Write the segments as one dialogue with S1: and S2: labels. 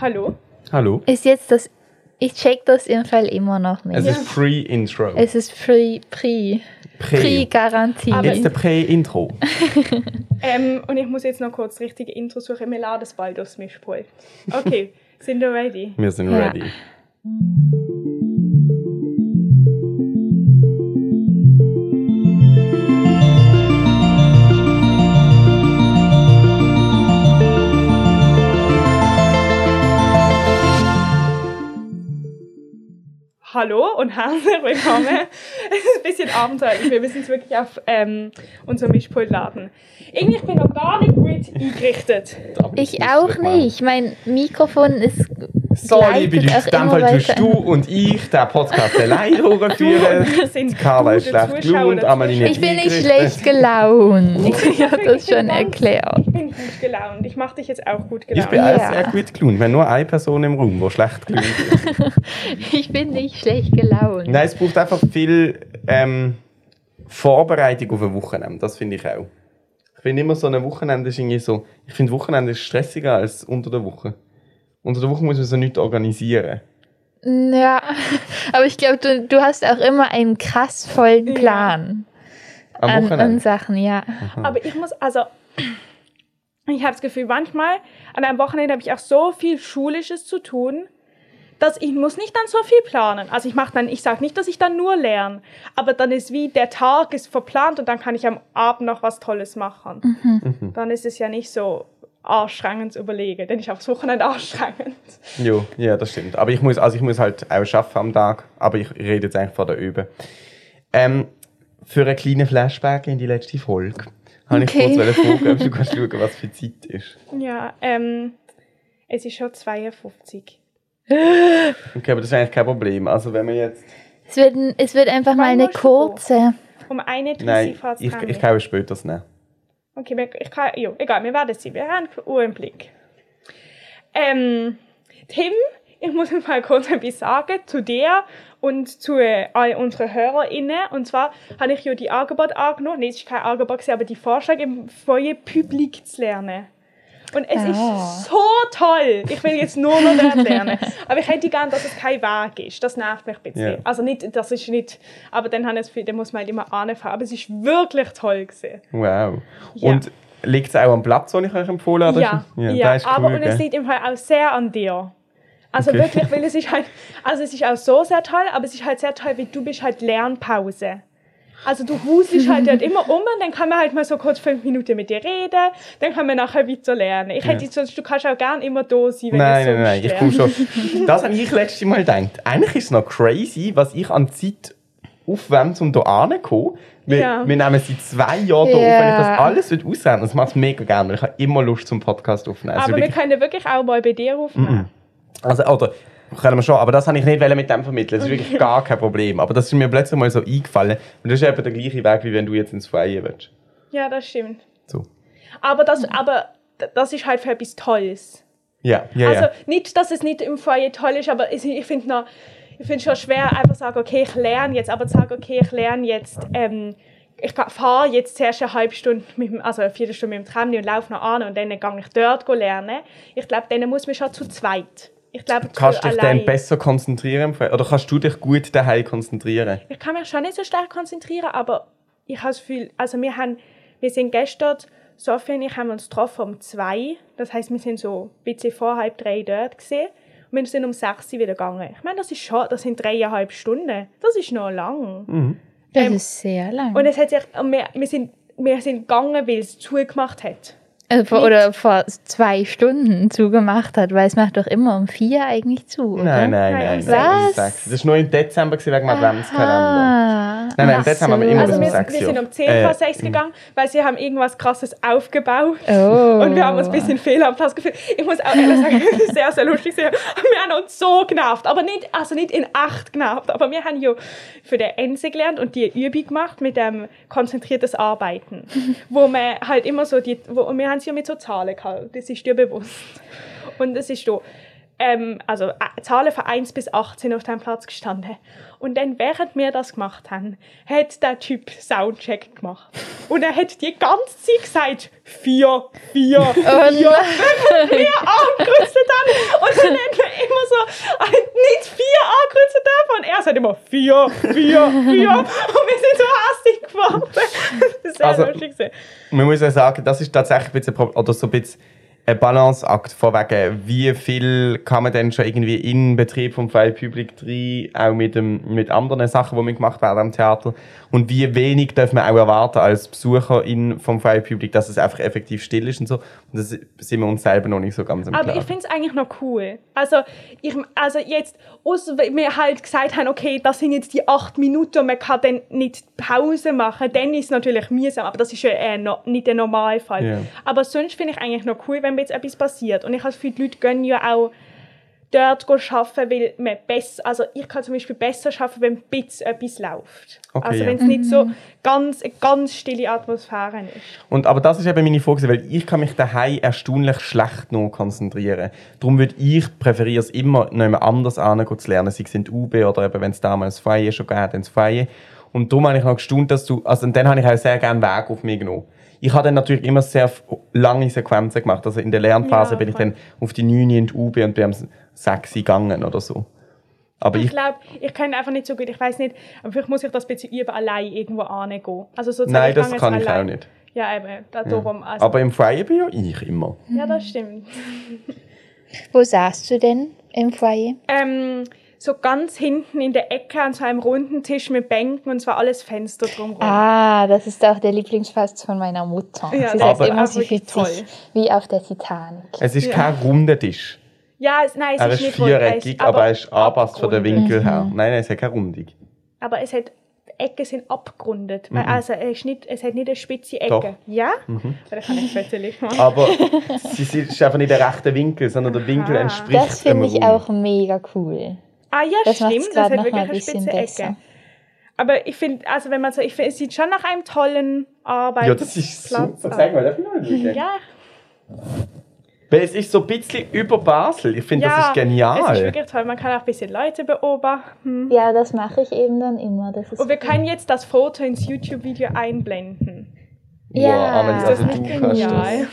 S1: Hallo?
S2: Hallo.
S3: Ist jetzt das. Ich check das im Fall immer noch nicht.
S2: Es
S1: Ja.
S2: ist Pre-Intro.
S3: Es ist free, pre,
S2: Pre.
S3: pre Garantie.
S1: Aber
S2: Jetzt der Pre-Intro.
S1: Ähm, und ich muss jetzt noch kurz das richtige Intro suchen. Wir laden es bald aufs Mischpult. Okay, sind wir ready?
S2: Wir sind
S3: Ja.
S2: ready.
S1: Hallo und herzlich willkommen. es ist ein bisschen abenteuerlich. Wir müssen es wirklich auf ähm, unser Mischpult laden. Irgendwie, ich bin noch gar nicht gut eingerichtet.
S3: ich auch nicht. Mein Mikrofon ist.
S2: Sorry,
S3: gleitet
S2: liebe Leute,
S3: auch
S2: in dem
S3: immer
S2: Fall tust
S3: weiter.
S2: du und ich den Podcast alleine
S1: wir
S2: durchführen.
S1: sind
S2: Die Carla
S1: du,
S2: ist
S1: der
S2: schlecht
S1: Zuschauer,
S2: gelaunt,
S1: der
S2: Amelie
S3: Ich bin nicht
S2: eingerichtet.
S3: schlecht gelaunt. Ich habe
S1: wirklich
S3: das schon
S1: gespannt.
S3: erklärt.
S1: Ich bin gut gelaunt. Ich mache dich jetzt auch gut
S2: Ich
S1: gelaunt.
S2: bin auch
S3: Ja.
S2: sehr gut gelaunt. Wir haben nur eine Person im Raum, die schlecht gelaunt ist.
S3: Ich bin nicht schlecht gelaunt.
S2: Nein, es braucht einfach viel ähm, Vorbereitung auf ein Wochenende. Das finde ich auch. Ich finde immer so ein Wochenende ist irgendwie so. Ich finde Wochenende ist stressiger als unter der Woche. Unter der Woche muss man so nichts organisieren.
S3: Ja, aber ich glaube, du, du hast auch immer einen krass vollen
S1: Ja.
S3: Plan
S2: Am
S3: an, an
S2: Wochenende.
S3: Sachen, ja.
S1: Aber ich muss, also, ich habe das Gefühl, manchmal an einem Wochenende habe ich auch so viel Schulisches zu tun, dass ich muss nicht dann so viel planen. Also ich mache dann, ich sage nicht, dass ich dann nur lerne, aber dann ist wie der Tag ist verplant und dann kann ich am Abend noch was Tolles machen.
S2: Mhm.
S1: Dann ist es ja nicht so anstrengend zu überlegen, denn ich habe das Wochenende anstrengend.
S2: Jo, ja, das stimmt. Aber ich muss, also ich muss halt auch arbeiten am Tag. Aber ich rede jetzt eigentlich von der Üben. Ähm, für einen kleinen Flashback in die letzte Folge. Habe
S3: Okay.
S2: ich kurz fragen, ob du kannst schauen, was für Zeit ist.
S1: Ja, ähm, es ist schon 52.
S2: Okay, aber das ist eigentlich kein Problem. Also wenn wir jetzt...
S3: Es wird, ein- es wird einfach mal
S1: Wann
S3: eine
S1: musst du?
S3: kurze.
S1: Um eine 30
S2: Nein,
S1: fährt's
S2: ich,
S1: dran.
S2: ich glaube später das nehmen.
S1: Okay, wir, ich kann, ja, egal, wir werden sie. Wir haben die Uhr im Blick. Ähm, Tim, ich muss mal kurz etwas sagen zu dir und zu äh, all unseren HörerInnen. Und zwar habe ich ja die Angebot angenommen. Nein, es war kein Angebot, gewesen, aber die Vorschläge im Foyer Publik zu lernen. Und es
S3: Ah.
S1: ist so toll. Ich will jetzt nur noch dort lernen. Aber ich hätte gern, dass es kein Weg ist. Das nervt mich ein bisschen.
S2: Ja.
S1: Also nicht, das ist nicht, aber dann, habe ich das Gefühl, dann muss man halt immer anfangen. Aber es ist wirklich toll gewesen.
S2: Wow.
S1: Ja.
S2: Und liegt es auch am Platz, den ich euch empfohlen habe?
S1: Ja, ja,
S2: der ist
S1: aber
S2: cool,
S1: und es
S2: gell?
S1: liegt im Fall auch sehr an dir. Also
S2: Okay.
S1: wirklich, weil es ist halt, also es ist auch so sehr toll, aber es ist halt sehr toll, weil du bist halt Lernpause. Also du huselst halt dort immer um und dann kann man halt mal so kurz fünf Minuten mit dir reden, dann kann man nachher weiter lernen. Ich hätte
S2: Ja.
S1: jetzt sonst, du kannst auch gern immer da sein, wenn
S2: Nein,
S1: du
S2: nein,
S1: sonst
S2: nein, ich komme schon. Das habe ich letztes Mal gedacht. Eigentlich ist es noch crazy, was ich an Zeit aufwende, um hier anzukommen. Wir,
S1: Ja.
S2: wir nehmen seit zwei Jahren hier auf. Wenn ich das
S3: Ja.
S2: alles würde ausreden das macht es mega gerne, weil ich habe immer Lust zum Podcast aufnehmen. Also
S1: Aber wir
S2: wirklich,
S1: können wirklich auch mal bei dir aufnehmen.
S2: also, oder, können wir schon, aber das habe ich nicht wollen mit dem vermitteln. Das ist wirklich gar kein Problem. Aber das ist mir plötzlich mal so eingefallen. Und das ist eben der gleiche Weg, wie wenn du jetzt ins Freie willst.
S1: Ja, das stimmt.
S2: So.
S1: Aber das, aber d- das ist halt für etwas Tolles.
S2: Ja, ja, ja.
S1: Also nicht, dass es nicht im Foyer toll ist, aber es- ich finde noch, ich finde schon schwer, einfach zu sagen, okay, ich lerne jetzt, aber zu sagen, okay, ich lerne jetzt, ähm, ich fahre jetzt zuerst eine halbe Stunde, mit dem, also eine Viertelstunde mit dem Tram und laufe noch an und dann gehe ich dort go lernen. Ich glaube, dann muss man schon zu zweit. Ich glaube, zu
S2: Kannst du dich dann
S1: allein.
S2: besser konzentrieren? im Freien? Oder kannst du dich gut daheim konzentrieren?
S1: Ich kann mich schon nicht so stark konzentrieren, aber ich habe das Gefühl, also wir, haben, wir sind gestern, Sophie und ich haben uns getroffen um zwei. Das heißt, wir sind so ein bisschen vor halb drei dort gesehen. Und wir sind um sechs wieder gegangen. Ich meine, das ist schon, das sind dreieinhalb Stunden. Das ist noch lang.
S3: Das
S1: Ähm,
S3: ist sehr lang.
S1: Und es hat sich, und wir, wir sind, wir sind gegangen, weil es zugemacht hat.
S3: Also vor,
S1: Nicht.
S3: oder vor zwei Stunden zugemacht hat, weil es macht doch immer um vier eigentlich zu, oder?
S2: Nein, nein,
S1: Nein,
S2: nein.
S1: um
S2: nein,
S3: sechs.
S2: ich sag's. Das war nur im Dezember gewesen, wegen dem Adventskalender.
S3: Aha.
S2: Nein, nein,
S3: Ach
S2: das haben wir immer
S1: Also
S2: bis
S1: wir,
S2: um sechs,
S1: wir sind
S2: ja.
S1: um zehn vor
S2: Äh,
S1: sechs gegangen, weil sie haben irgendwas Krasses aufgebaut.
S3: Oh.
S1: Und wir haben uns ein bisschen fehl am Platz gefühlt. Ich muss auch ehrlich sagen, es ist sehr, sehr lustig. gewesen. Wir haben uns so genervt. Aber nicht, also nicht in acht genervt. Aber wir haben ja für den Ense E gelernt und die Übung gemacht mit dem konzentriertes Arbeiten. wo man halt immer so die, wo, und wir haben es ja mit so Zahlen gehabt. Das ist dir bewusst. Und das ist so, ähm, also äh, Zahlen von 1 bis 18 auf dem Platz gestanden. Und dann, während wir das gemacht haben, hat der Typ Soundcheck gemacht. Und er hat die ganze Zeit
S3: Also
S1: gesagt, 4, 4, 4, während wir angerüstet haben. Und dann äh, immer vier, vier, vier. Und wir sind so hastig gefahren. Das ist sehr
S2: Also-
S1: lustig. gewesen.
S2: Man muss ja sagen, das ist tatsächlich ein bisschen, ein Pro- oder so ein, bisschen ein Balanceakt von wegen, wie viel kann man denn schon irgendwie in den Betrieb vom Freien Public rein, auch mit, dem, mit anderen Sachen, die mir gemacht werden am Theater. Und wie wenig darf man auch erwarten als Besucherin vom Freien Public, dass es einfach effektiv still ist und so. Und das sind wir uns selber noch nicht so ganz im
S1: Aber
S2: Klaren.
S1: ich finde es eigentlich noch cool. Also, ich, also jetzt, außer wenn wir halt gesagt haben, okay, das sind jetzt die acht Minuten und man kann dann nicht Pause machen, dann ist es natürlich mühsam, aber das ist ja eher no, nicht der Normalfall.
S2: Ja.
S1: Aber sonst finde ich eigentlich noch cool, wenn jetzt etwas passiert. Und ich habe das Gefühl, die Leute gehen ja auch dort go arbeiten, weil man besser, also ich kann zum Beispiel besser arbeiten, wenn ein bisschen etwas läuft.
S2: Okay,
S1: also
S2: ja.
S1: wenn es nicht so ganz, eine ganz stille Atmosphäre ist.
S2: Und, aber das ist eben meine Frage, weil ich kann mich daheim erstaunlich schlecht noch konzentrieren. Darum würde ich präferieren, es immer noch jemand anders anzugehen zu lernen, sei es in die UB oder eben, wenn es damals Freie schon gab, dann das Freie. Und darum habe ich noch gestaunt, dass du, also und dann habe ich auch sehr gerne Weg auf mich genommen. Ich habe dann natürlich immer sehr f- lange Sequenzen gemacht. Also in der Lernphase
S1: Ja,
S2: bin ich
S1: voll.
S2: dann auf die 9 in die UB und bin am 6 gegangen oder so. Aber
S1: Ich
S2: ich,
S1: glaube, ich kann einfach nicht so gut, ich weiß nicht, aber vielleicht muss ich das ein bisschen üben, allein irgendwo angehen. Also sozusagen,
S2: nein, das
S1: gehe
S2: kann
S1: jetzt
S2: ich auch
S1: allein.
S2: nicht.
S1: Ja, eben, da, darum. Also,
S2: Aber im Freien bin ja ich immer.
S1: ja, das stimmt.
S3: Wo saßt du denn im Foyer?
S1: Ähm, so ganz hinten in der Ecke an so einem runden Tisch mit Bänken und zwar alles Fenster drumherum.
S3: Ah, das ist auch der Lieblingsplatz von meiner Mutter.
S1: Ja,
S3: Sie
S1: das
S3: sagt
S2: ist
S3: immer,
S1: auch
S3: sie
S1: wirklich
S3: fühlt sich
S1: toll.
S3: wie auf der Titanic.
S2: Es ist
S1: Ja.
S2: kein runder Tisch.
S1: Ja, es, nein, es
S2: Er
S1: ist,
S2: ist
S1: nicht rund,
S2: viereckig, aber Mhm. er ist angepasst von den
S1: abgerundet.
S2: Winkel her. Nein, nein, es hat keine Rundung.
S1: Aber es hat, die Ecken sind abgerundet. Weil Also es, ist nicht, es hat nicht eine spitze Ecke.
S2: Mhm. Doch. Mhm.
S1: Ja? Oder kann ich Fötterlich machen?
S2: Aber sie sie ist einfach nicht der rechte Winkel, sondern der Winkel
S1: Aha.
S2: entspricht
S3: Das finde ich
S2: dem
S3: auch mega cool.
S1: Ah ja,
S3: Das macht's
S1: stimmt, das
S3: grad
S1: hat
S3: noch
S1: wirklich
S3: mal ein
S1: eine
S3: bisschen
S1: spitze Ecke.
S3: besser.
S1: Aber ich finde, also wenn man so, ich finde, es sieht schon nach einem tollen Arbeit.
S2: Ja, das ist super. Zeig mal, darf ich noch einen Blick geben?
S1: Ja,
S2: Weil es ist so ein bisschen über Basel. Ich finde,
S1: ja,
S2: das ist
S1: Es ist
S2: genial.
S1: wirklich toll. Man kann auch ein bisschen Leute beobachten.
S3: Ja, das mache ich eben dann immer. Das ist
S1: Hm. Und wir können jetzt das Foto ins YouTube-Video einblenden.
S3: Ja.
S2: Wow, Amelie,
S3: Ist
S1: Das
S2: also
S1: ist
S2: du
S1: nicht
S2: kannst das.
S1: genial.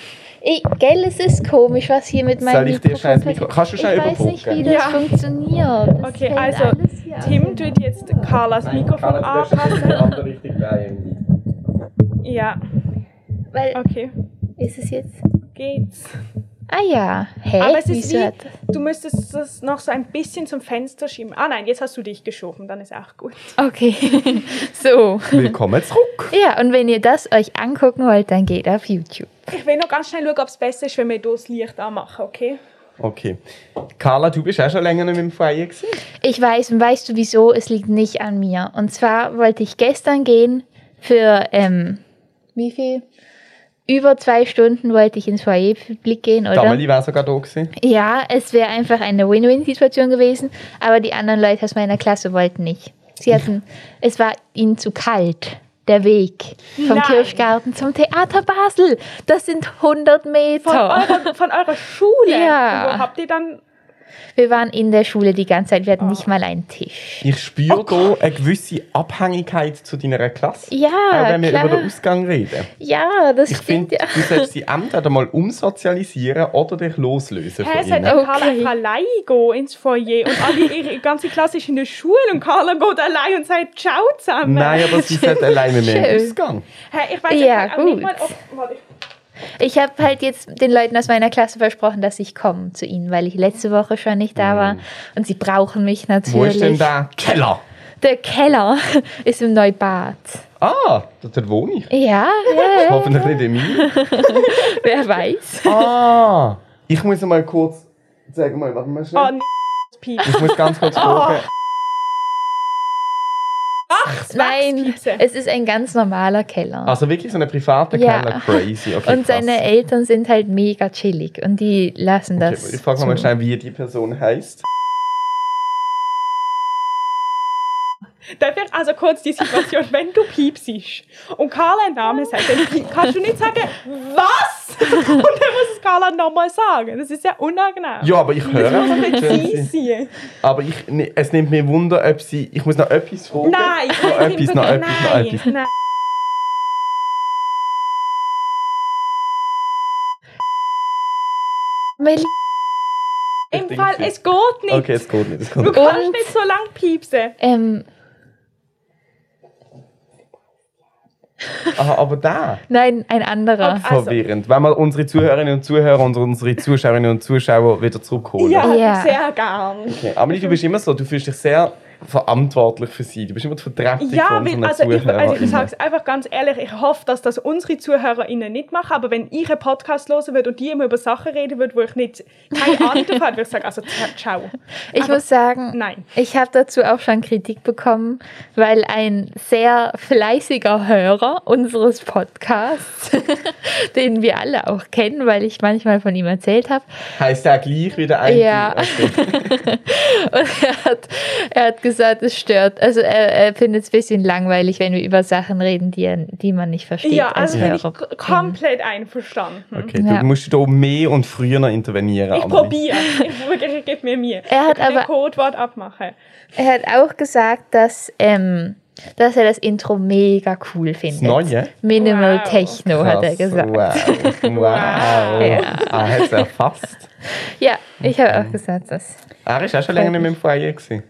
S3: Ich, gell, es ist komisch, was hier mit meinem
S2: Soll ich dir
S3: Mikrofon
S2: scheiß
S3: passiert.
S2: Mikro- Kannst du
S3: ich
S2: schnell
S3: weiß nicht, wie
S2: überbrücken?
S3: das
S1: Ja.
S3: funktioniert. Das
S1: Okay,
S3: fällt
S1: also,
S3: alles hier
S1: Tim
S3: aus.
S1: tut jetzt Carlas Mikrofon
S2: Carla, du darfst jetzt in die
S1: anpassen.
S2: andere Richtung drehen.
S1: Ja,
S3: Weil,
S1: okay.
S3: ist es jetzt...
S1: Geht's.
S3: Ah ja, hä?
S1: Aber es ist
S3: Wieso
S1: wie,
S3: hat-
S1: du müsstest es noch so ein bisschen zum Fenster schieben. Ah nein, jetzt hast du dich geschoben, dann ist auch gut.
S3: Okay, so.
S2: Willkommen zurück.
S3: Ja, und wenn ihr das euch angucken wollt, dann geht auf YouTube.
S1: Ich will noch ganz schnell schauen, ob es besser ist, wenn wir hier das Licht anmachen, okay?
S2: Okay. Carla, du bist auch schon länger nicht mehr im Freien gewesen.
S3: Ich weiß, und weißt du wieso? Es liegt nicht an mir. Und zwar wollte ich gestern gehen für, ähm, wie viel? Über zwei Stunden wollte ich ins Foyer-Blick gehen, oder?
S2: Damali war sogar da gewesen.
S3: Ja, es wäre einfach eine Win-Win-Situation gewesen, aber die anderen Leute aus meiner Klasse wollten nicht. Sie hatten, es war ihnen zu kalt. Der Weg vom
S1: Nein.
S3: Kirchgarten zum Theater Basel. Das sind 100
S1: Von,
S3: Meter.
S1: eurer, von eurer Schule?
S3: Ja.
S1: Wo habt ihr dann...
S3: Wir waren in der Schule die ganze Zeit. Wir hatten nicht mal einen Tisch.
S2: Ich spüre da eine gewisse Abhängigkeit zu deiner Klasse.
S3: Oh Ja,
S2: Auch wenn wir
S3: klar.
S2: über den Ausgang reden.
S3: Ja, das
S2: Ich
S3: stimmt
S2: finde,
S3: ja.
S2: du sollst sie entweder mal umsozialisieren oder dich loslösen
S1: Hä, es
S2: von
S1: hat
S2: ihnen.
S1: auch Carla
S3: Okay.
S1: einfach allein gehen ins Foyer und alle, ihre ganze Klasse ist in der Schule und Carla geht allein und sagt «Ciao zusammen».
S2: Nein, aber sie sollte alleine mehr
S3: Oh Schön.
S2: Ausgang.
S1: Hä, ich weiß
S3: Ja,
S1: auch nicht
S3: gut.
S1: mal, ob... Warte,
S3: Ich habe halt jetzt den Leuten aus meiner Klasse versprochen, dass ich komme zu ihnen, weil ich letzte Woche schon nicht da war. Und sie brauchen mich natürlich.
S2: Mhm. Wo ist denn der Keller?
S3: Der Keller ist im Neubad.
S2: Ah, dort wohne ich.
S3: Ja, ja,
S2: Hoffentlich nicht in mir.
S3: wer weiß.
S2: Ah, ich muss mal kurz... Sag mal, warte mal
S1: Oh,
S2: schnell.
S1: nee, das Piep.
S2: Ich muss ganz kurz gucken.
S3: Oh. Nein,
S1: Piepse.
S3: es ist ein ganz normaler Keller.
S2: Also wirklich so eine private
S3: Ja.
S2: Keller, crazy. Okay,
S3: und seine
S2: krass.
S3: Eltern sind halt mega chillig und die lassen
S2: Okay,
S3: das.
S2: ich frage mal
S3: zu.
S2: schnell, wie die Person heißt.
S1: Darf ich also kurz die Situation, wenn du piepsisch und Carla einen Namen sagt, dann piep- kannst du nicht sagen «Was?» und dann muss es Carla nochmal sagen. Das ist sehr unangenehm.
S2: Ja, aber ich höre.
S1: Das muss
S2: Jensi.
S1: sein.
S2: Aber ich, ne- es nimmt mir Wunder, ob sie. Ich muss noch etwas fragen.
S1: Nein, ich
S2: noch etwas, noch etwas, noch
S1: nein,
S2: etwas.
S1: nein.
S3: Mel-
S1: Im im
S2: Ding
S1: Fall,
S2: sein.
S1: es geht nicht.
S2: Okay, es geht nicht. Es geht
S1: Du
S2: nicht.
S1: kannst
S3: Und-
S1: nicht so lang piepsen.
S3: Ähm,
S2: Aha, aber da.
S3: nein, ein anderer.
S1: Okay. Also.
S2: Verwirrend. Wenn wir unsere Zuhörerinnen und Zuhörer und unsere Zuschauerinnen und Zuschauer wieder zurückholen.
S1: Ja,
S3: Ja.
S1: sehr gern.
S2: Okay. Amelie, du bist immer so, du fühlst dich sehr verantwortlich für sie. Du bist immer die Vertretung
S1: Ja,
S2: von
S1: weil,
S2: unseren
S1: also ich, also ich
S2: ZuhörerInnen.
S1: sage es einfach ganz ehrlich, ich hoffe, dass das unsere ZuhörerInnen nicht machen, aber wenn ich einen Podcast hören würde und die immer über Sachen reden würde, wo ich nicht keine Ahnung davon habe, würde ich sagen, also ciao.
S3: Ich muss sagen,
S1: Nein.
S3: ich habe dazu auch schon Kritik bekommen, weil ein sehr fleißiger Hörer unseres Podcasts, den wir alle auch kennen, weil ich manchmal von ihm erzählt habe,
S2: Heißt ja gleich wieder ein.
S3: Ja.
S2: Okay.
S3: und er hat, er hat gesagt, es stört. Also er, er findet es ein bisschen langweilig, wenn wir über Sachen reden, die, er, die man nicht versteht.
S1: Ja, also bin ich
S3: Hörer.
S1: k- komplett einverstanden.
S2: okay.
S3: Ja.
S2: Du musst da mehr und früher intervenieren.
S1: Ich
S2: Amelie.
S1: probiere. Ich wirklich, gebe mir Mühe.
S3: Er hat
S1: ich kann
S3: aber-
S1: ein Codewort abmachen.
S3: Er hat auch gesagt, dass, ähm, dass er das Intro mega cool findet.
S2: Neue?
S3: Minimal
S1: Wow.
S3: Techno, hat er
S2: Krass.
S3: gesagt.
S2: Wow. wow.
S3: Ja.
S2: Er hat es erfasst.
S3: Ja, ich habe auch
S2: Mhm.
S3: gesagt, das.
S2: Er Ah, ist auch schon länger nicht mehr im Foyer. gewesen.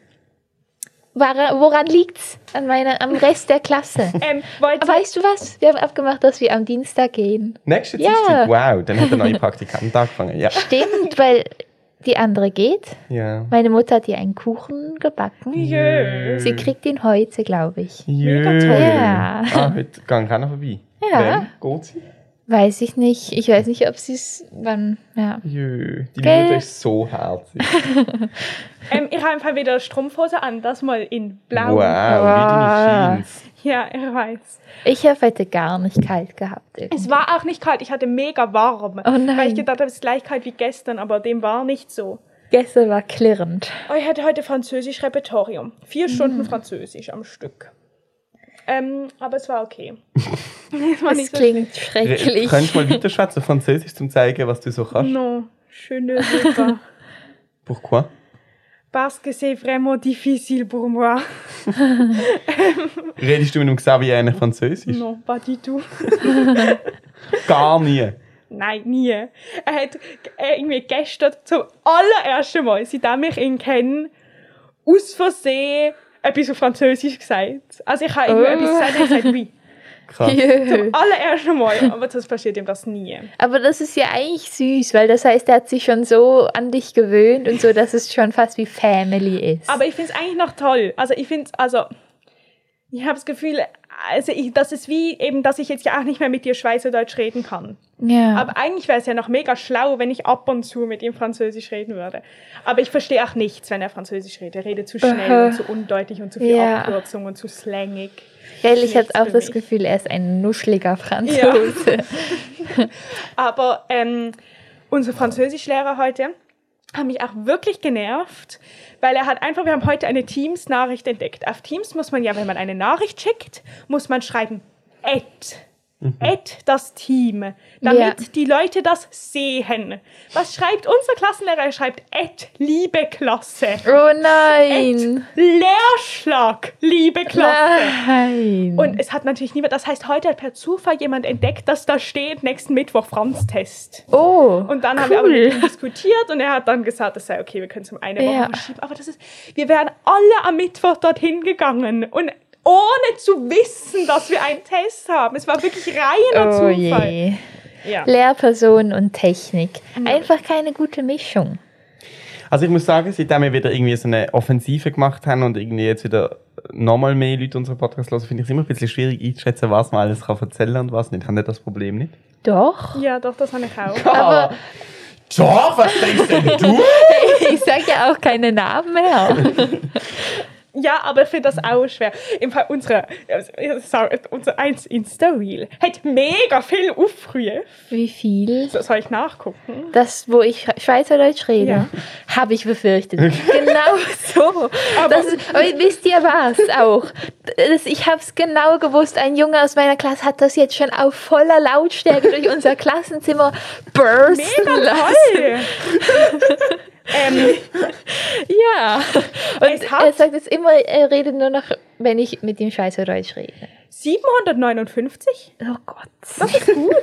S3: Wora- Woran liegt's? An meiner, am Rest der Klasse.
S1: Ähm, wollt
S3: Aber weißt du was? Wir haben abgemacht, dass wir am Dienstag gehen.
S2: Nächste
S3: Ja.
S2: Dienstag? Wow, dann hat der neue Praktikant angefangen. Ja.
S3: Stimmt, weil die andere geht.
S2: ja.
S3: Meine Mutter hat ihr einen Kuchen gebacken.
S1: Jö.
S3: Sie kriegt ihn heute, glaube ich.
S2: Jö.
S1: toll.
S3: Ja.
S2: Ah, heute gehe ich auch noch vorbei.
S3: Ja.
S2: Wann geht sie?
S3: Weiß ich nicht. Ich weiß nicht, ob sie es wann. Ja.
S2: Jö. Die
S3: Gell?
S2: Mutter ist so herzig.
S1: Ähm, ich habe einfach wieder Strumpfhose an, das mal in blau.
S2: Wow,
S3: Ah,
S2: wie deine Jeans.
S1: Ja, ich weiß.
S3: Ich habe heute gar nicht kalt gehabt.
S1: Es war auch nicht kalt, ich hatte mega warm.
S3: Oh nein.
S1: Weil ich gedacht habe, es ist gleich kalt wie gestern, aber dem war nicht so.
S3: Gestern war klirrend.
S1: Oh, ich hatte heute Französisch Repertorium. Vier
S3: Mhm.
S1: Stunden Französisch am Stück. Ähm, aber es war okay. es war
S3: Das
S1: nicht Äh, so
S3: klingt
S2: Re-
S3: schrecklich.
S2: Könntest du mal weiterschwätzen, Französisch, zum zeigen, was du so kannst?
S1: schlimm. No, schöne Wörter.
S2: Pourquoi?
S1: Parce que c'est vraiment difficile pour moi.
S2: Redest du mit dem Xavier eigentlich Französisch?
S1: Non, pas du tout.
S2: Gar nie.
S1: Nein, nie. Er hat äh, irgendwie gestern zum allerersten Mal, seitdem ich ihn kenne, aus Versehen etwas auf Französisch gesagt. Also ich habe irgendwie
S3: Oh.
S1: etwas gesagt und er hat gesagt, wie.
S2: Krass.
S3: Jö.
S1: Zum allerersten Mal. Aber das passiert ihm das nie.
S3: Aber das ist ja eigentlich süß, weil das heißt, er hat sich schon so an dich gewöhnt und so, dass es schon fast wie Family ist.
S1: Aber ich finde es eigentlich noch toll. Also ich finde es, also ich habe das Gefühl, also ich, das ist wie eben, dass ich jetzt ja auch nicht mehr mit dir Schweizerdeutsch reden kann.
S3: ja.
S1: Aber eigentlich wäre es ja noch mega schlau, wenn ich ab und zu mit ihm Französisch reden würde. Aber ich verstehe auch nichts, wenn er Französisch redet. Er redet zu schnell
S3: Aha.
S1: und zu undeutlich und zu viel
S3: Ja.
S1: Abkürzung und zu slangig.
S3: Gell, ich
S1: Nichts
S3: hatte auch
S1: für
S3: das
S1: mich.
S3: Gefühl, er ist ein nuscheliger Franzose.
S1: Aber ähm, unser Französischlehrer heute hat mich auch wirklich genervt, weil er hat einfach, wir haben heute eine Teams-Nachricht entdeckt. Auf Teams muss man ja, wenn man eine Nachricht schickt, muss man schreiben, et. Et das Team, damit
S3: Ja.
S1: die Leute das sehen. Was schreibt unser Klassenlehrer? Er schreibt et liebe Klasse.
S3: Oh
S1: Et
S3: nein!
S1: Leerschlag, liebe Klasse.
S3: Nein!
S1: Und es hat natürlich niemand, das heißt, heute hat per Zufall jemand entdeckt, dass da steht, nächsten Mittwoch Franz-Test.
S3: oh!
S1: Und dann haben wir aber mit ihm diskutiert und er hat dann gesagt, das sei okay, wir können es um eine Woche
S3: Ja.
S1: verschieben. Aber das ist, wir wären alle am Mittwoch dorthin gegangen und ohne zu wissen, dass wir einen Test haben. Es war wirklich reiner
S3: Oh
S1: Zufall. Mhm.
S3: je.
S1: Ja.
S3: Lehrperson und Technik. Einfach keine gute Mischung.
S2: Also ich muss sagen, seitdem wir wieder irgendwie so eine Offensive gemacht haben und irgendwie jetzt wieder nochmal mehr Leute unseren Podcast hören, finde ich es immer ein bisschen schwierig einzuschätzen, was man alles kann erzählen und was nicht. Haben ihr das Problem nicht?
S3: Doch.
S1: ja, doch, das habe ich auch.
S3: Aber-
S2: Doch, was denkst denn du?
S3: Ich sage ja auch keine Namen mehr.
S1: Ja, aber ich finde das auch schwer. Im Fall unsere, äh, sorry, unser 1 Insta-Reel hat mega viel Aufrufe.
S3: Wie viel?
S1: So, Soll ich nachgucken?
S3: Das, wo ich Schweizerdeutsch rede,
S1: Ja.
S3: habe ich befürchtet. Genau so. Das ist, aber wisst ihr was auch? Das, ich habe es genau gewusst. Ein Junge aus meiner Klasse hat das jetzt schon auf voller Lautstärke durch unser Klassenzimmer bursten
S1: Mega
S3: lassen.
S1: toll! ähm,
S3: Ja. Und
S1: Es hat-
S3: er sagt jetzt immer, er redet nur noch, wenn ich mit ihm Schweizerdeutsch rede.
S1: 759?
S3: Oh Gott.
S1: Das ist gut.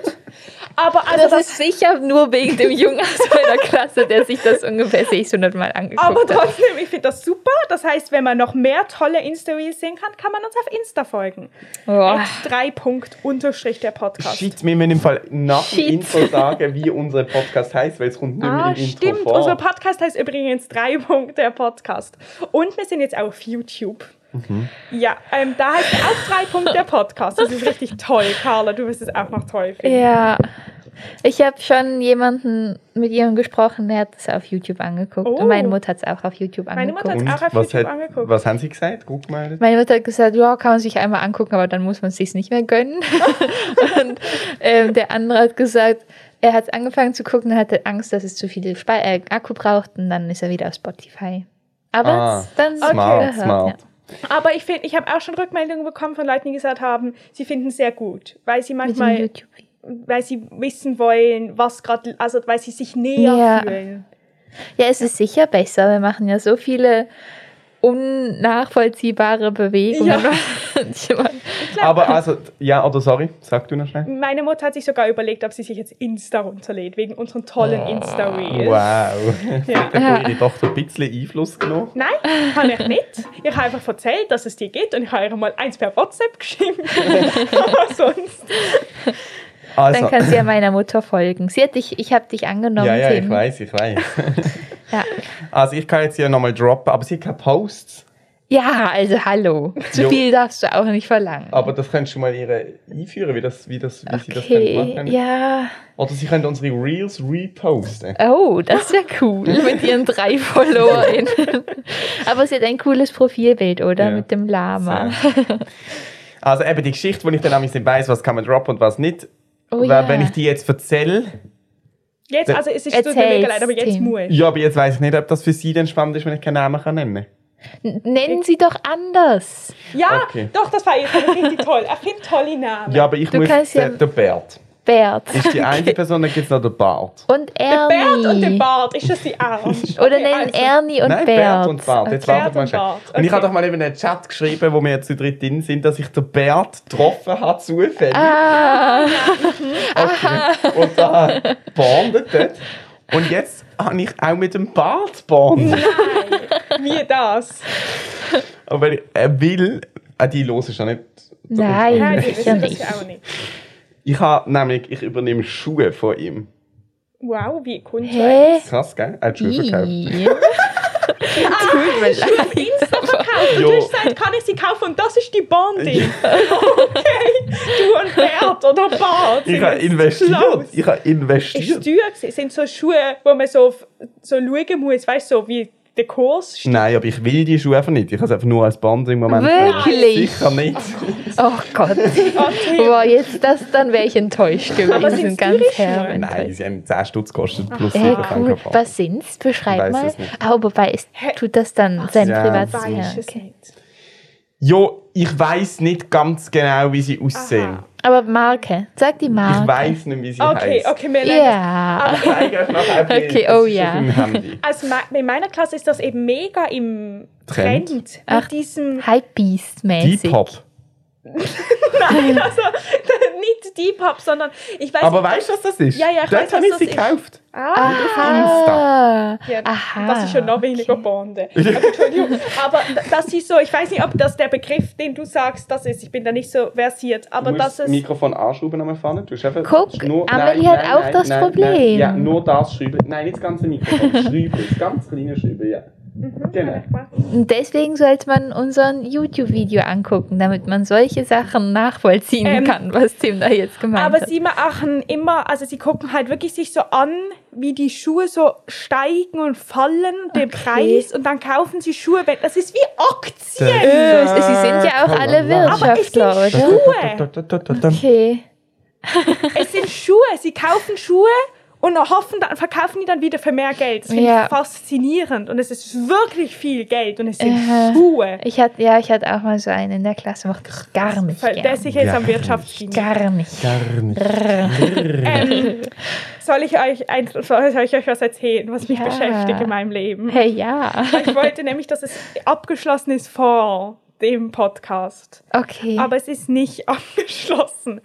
S1: Aber also
S3: Das,
S1: das,
S3: ist sicher nur wegen dem Jungen aus meiner Klasse, der sich das ungefähr 600 Mal angeguckt
S1: aber
S3: hat.
S1: trotzdem, ich finde das super. Das heißt, wenn man noch mehr tolle Insta-Reels sehen kann, kann man uns auf Insta folgen.
S3: Boah.
S1: Drei Punkt unterstrich der Podcast.
S2: Shit, wir müssen im Fall nach dem
S3: Shit.
S2: Intro sagen, wie unser Podcast heißt, weil es kommt nicht mehr
S1: Ah,
S2: im Intro
S1: stimmt.
S2: vor.
S1: Unser Podcast heißt übrigens drei Punkte der Podcast. Und wir sind jetzt auch auf YouTube.
S2: Mhm.
S1: Ja, ähm, da heißt er auch drei Punkte der Podcast. Das ist richtig toll, Carla. Du wirst es auch noch toll finden.
S3: Ja. Ich habe schon jemanden mit jemandem gesprochen, der hat es auf YouTube angeguckt.
S1: Oh.
S3: Und meine Mutter hat es auch auf YouTube
S1: Meine
S3: angeguckt.
S1: Mutter
S2: Und
S1: auch auf
S2: was,
S1: YouTube
S2: hat,
S1: angeguckt.
S2: was haben sie gesagt? Guck mal.
S3: Meine Mutter hat gesagt, ja, kann man sich einmal angucken, aber dann muss man es sich nicht mehr gönnen. und ähm, der andere hat gesagt, er hat angefangen zu gucken, hatte Angst, dass es zu viel Spe äh, Akku braucht und dann ist er wieder auf Spotify. Aber
S2: Ah,
S3: dann
S2: smart,
S3: gehört,
S2: smart.
S1: Aber ich finde, ich habe auch schon Rückmeldungen bekommen von Leuten, die gesagt haben, sie finden es sehr gut, weil sie
S3: Ja, mit
S1: manchmal,
S3: dem YouTube.
S1: weil sie wissen wollen, was gerade, also weil sie sich näher
S3: Ja.
S1: fühlen.
S3: Ja, es ist sicher besser. Wir machen ja so viele unnachvollziehbare Bewegungen.
S1: Ja.
S3: manchmal.
S2: Aber also, ja, oder sorry, sag du noch schnell.
S1: Meine Mutter hat sich sogar überlegt, ob sie sich jetzt Insta runterlädt, wegen unseren tollen Insta-Reels.
S2: Oh. Wow.
S1: Ja.
S2: Da hat ihre Tochter ein bisschen Einfluss genommen.
S1: Nein, kann ich nicht. Ich habe einfach erzählt, dass es die gibt und ich habe ihr mal eins per WhatsApp geschrieben. Aber sonst.
S2: Also,
S3: Dann kann sie ja meiner Mutter folgen. Sie hat dich, ich habe dich angenommen.
S2: ja, ja, ich
S3: Tim.
S2: weiß, ich weiß.
S3: Ja.
S2: Also ich kann jetzt hier nochmal droppen, aber sie hat keine Posts.
S3: ja, also hallo. Zu
S2: Jo.
S3: viel darfst du auch nicht verlangen.
S2: Aber das könntest du mal ihre einführen, wie, das, wie, das, wie sie das können
S3: Okay,
S2: machen.
S3: ja.
S2: Oder sie können unsere Reels reposten.
S3: Oh, das wäre cool mit ihren drei FollowerInnen. Aber sie hat ein cooles Profilbild, oder?
S2: Ja.
S3: Mit dem Lama.
S2: Also eben die Geschichte, wo ich dann nämlich nicht weiss, was kann man droppen und was nicht.
S3: Oh,
S2: Weil
S3: ja.
S2: wenn ich die jetzt erzähle,
S1: Jetzt, also es ist tut mir
S3: Erzähl's,
S1: mega leid, aber jetzt
S3: Tim.
S1: muss.
S2: ja, aber jetzt weiß ich nicht, ob das für sie dann spannend ist, wenn ich keinen Namen kann nennen
S3: N- Nennen sie doch anders.
S1: Ja,
S2: Okay.
S1: doch, das war jetzt aber richtig toll. Er findet tolle Namen.
S2: Ja, aber ich
S3: Du
S2: muss
S3: kannst ja-
S2: der, der Bert.
S3: Bert.
S2: Ist die eine Person, dann gibt es noch den Bart.
S3: Und
S1: Der
S3: Ernie.
S1: Bert und der Bart, ist das die Ernst?
S3: Oder
S1: Okay,
S3: nennen
S1: also.
S3: Ernie und
S2: Nein,
S3: Bert.
S2: Bert und Bart. Jetzt
S1: Okay.
S2: wartet mal
S1: Bert und
S2: schnell.
S1: Bart,
S2: Und ich habe
S1: okay.
S2: doch mal eben einen Chat geschrieben, wo wir jetzt zu dritt drin sind, dass ich den Bert getroffen habe, zufällig.
S3: Ah,
S2: Okay. Und da bondet dort. Und jetzt habe ich auch mit dem Bart bondet.
S1: Wie das?
S2: Aber er will. Ah, die los ist ja nicht.
S3: Nein.
S1: Ja, die
S3: Ich
S1: wissen
S3: Hm, ja
S1: das
S3: nicht.
S1: ja auch nicht.
S2: Ich habe nämlich, ich übernehme Schuhe von ihm.
S1: Wow, wie Kundschaft.
S3: hä?
S2: Krass, gell? Er hat Schuhe verkauft.
S3: Ih.
S2: Ah,
S3: Tut mir leid.
S1: Auf Insta verkauft. Und
S2: Jo.
S1: du hast gesagt, kann ich sie kaufen? Und das ist die Bonding. Okay. Du und Bert oder Bart.
S2: Ich habe investiert. Ich habe
S1: ist
S2: investiert.
S1: teuer gewesen. Es sind so Schuhe, wo man so, auf- so schauen muss, weißt du, so wie der Kurs steht.
S2: Nein, aber ich will die Schuhe einfach nicht. Ich habe es einfach nur als Band im Moment.
S3: Wirklich?
S2: Sicher nicht.
S3: Oh Gott. Boah, jetzt das, dann wäre ich enttäuscht
S1: Aber
S3: gewesen.
S1: sind's
S3: Ganz
S1: die
S3: herb
S1: Richtigen?
S2: Nein,
S3: enttäuscht.
S2: sie haben 10 Stutz gekostet. Plus
S3: Hey,
S2: sieben
S3: cool.
S2: Franken.
S3: Was sind's? Beschreib
S2: Weiß
S3: mal.
S2: es nicht.
S3: Aber wobei, es
S1: Hä?
S3: tut das dann sein
S2: Ja,
S1: Weiß
S2: Weiß
S3: Privatsphäre.
S1: es
S3: Okay.
S1: nicht.
S2: Jo, ich weiß nicht ganz genau, wie sie aussehen.
S1: Aha.
S3: Aber Marke, sag die Marke.
S2: Ich weiß nicht, wie sie
S1: Okay,
S2: heißt.
S1: okay, wir lernen das.
S3: Ja.
S2: Ich zeige euch nachher ein Bild.
S3: Okay,
S2: Das
S3: oh
S2: ist
S3: ja.
S2: auf meinem Handy.
S1: Also me- in meiner Klasse ist das eben mega im
S2: Trend?
S1: Trend.
S3: Ach.
S1: Mit diesem,
S3: Hypebeast-mäßig.
S2: Deep Hop.
S1: nein, also nicht Deep Hop, sondern ich weiß
S2: Aber
S1: nicht,
S2: weißt du, was das ist?
S1: Ja, ja, ich
S2: Dort
S1: weiß,
S2: habe
S1: was
S2: ich sie
S1: das ist.
S2: gekauft.
S1: Ah,
S3: Ah.
S1: ja,
S3: Aha.
S1: das ist schon noch weniger Bande. Entschuldigung. Aber d- das ist so, ich weiß nicht, ob das der Begriff, den du sagst, das ist. Ich bin da nicht so versiert, aber
S2: du musst
S1: das
S2: das
S1: ist.
S2: Mikrofon anschrauben am Pfanne. Du hast einfach,
S3: Guck,
S2: ist
S3: Amelie hat auch das Problem.
S2: Ja, nur das Schreiben. Nein, nicht das ganze Mikrofon. Schreiben, das ganz kleine Schreiben, ja. Genau.
S3: Und deswegen sollte man unseren YouTube-Video angucken, damit man solche Sachen nachvollziehen
S1: Ähm,
S3: kann, was Tim da jetzt gemeint
S1: Aber
S3: hat.
S1: sie machen immer, also sie gucken halt wirklich sich so an, wie die Schuhe so steigen und fallen, den Preis, und dann kaufen sie Schuhe. wenn- Das ist wie Aktien.
S3: Äh, sie sind ja auch alle
S1: Aber es sind
S3: Wirtschaftler, oder?
S1: Schuhe.
S3: Okay.
S1: Es sind Schuhe. Sie kaufen Schuhe und hoffen dann, verkaufen die dann wieder für mehr Geld. Das finde
S3: Ja.
S1: ich faszinierend. Und es ist wirklich viel Geld und es sind
S3: Äh,
S1: Schuhe.
S3: Ich hatte, ja, ich hatte auch mal so einen in der Klasse, mochte ich gar nicht
S1: Weil Der
S3: gern.
S1: ist sicher jetzt
S2: Ja.
S1: am Wirtschaftsdienst.
S3: Gar nicht.
S2: Gar nicht.
S1: Ähm, soll, ich euch ein, soll ich euch was erzählen, was mich
S3: Ja.
S1: beschäftigt in meinem Leben?
S3: Hey, ja.
S1: Ich wollte nämlich, dass es abgeschlossen ist vor dem Podcast.
S3: Okay.
S1: Aber es ist nicht abgeschlossen.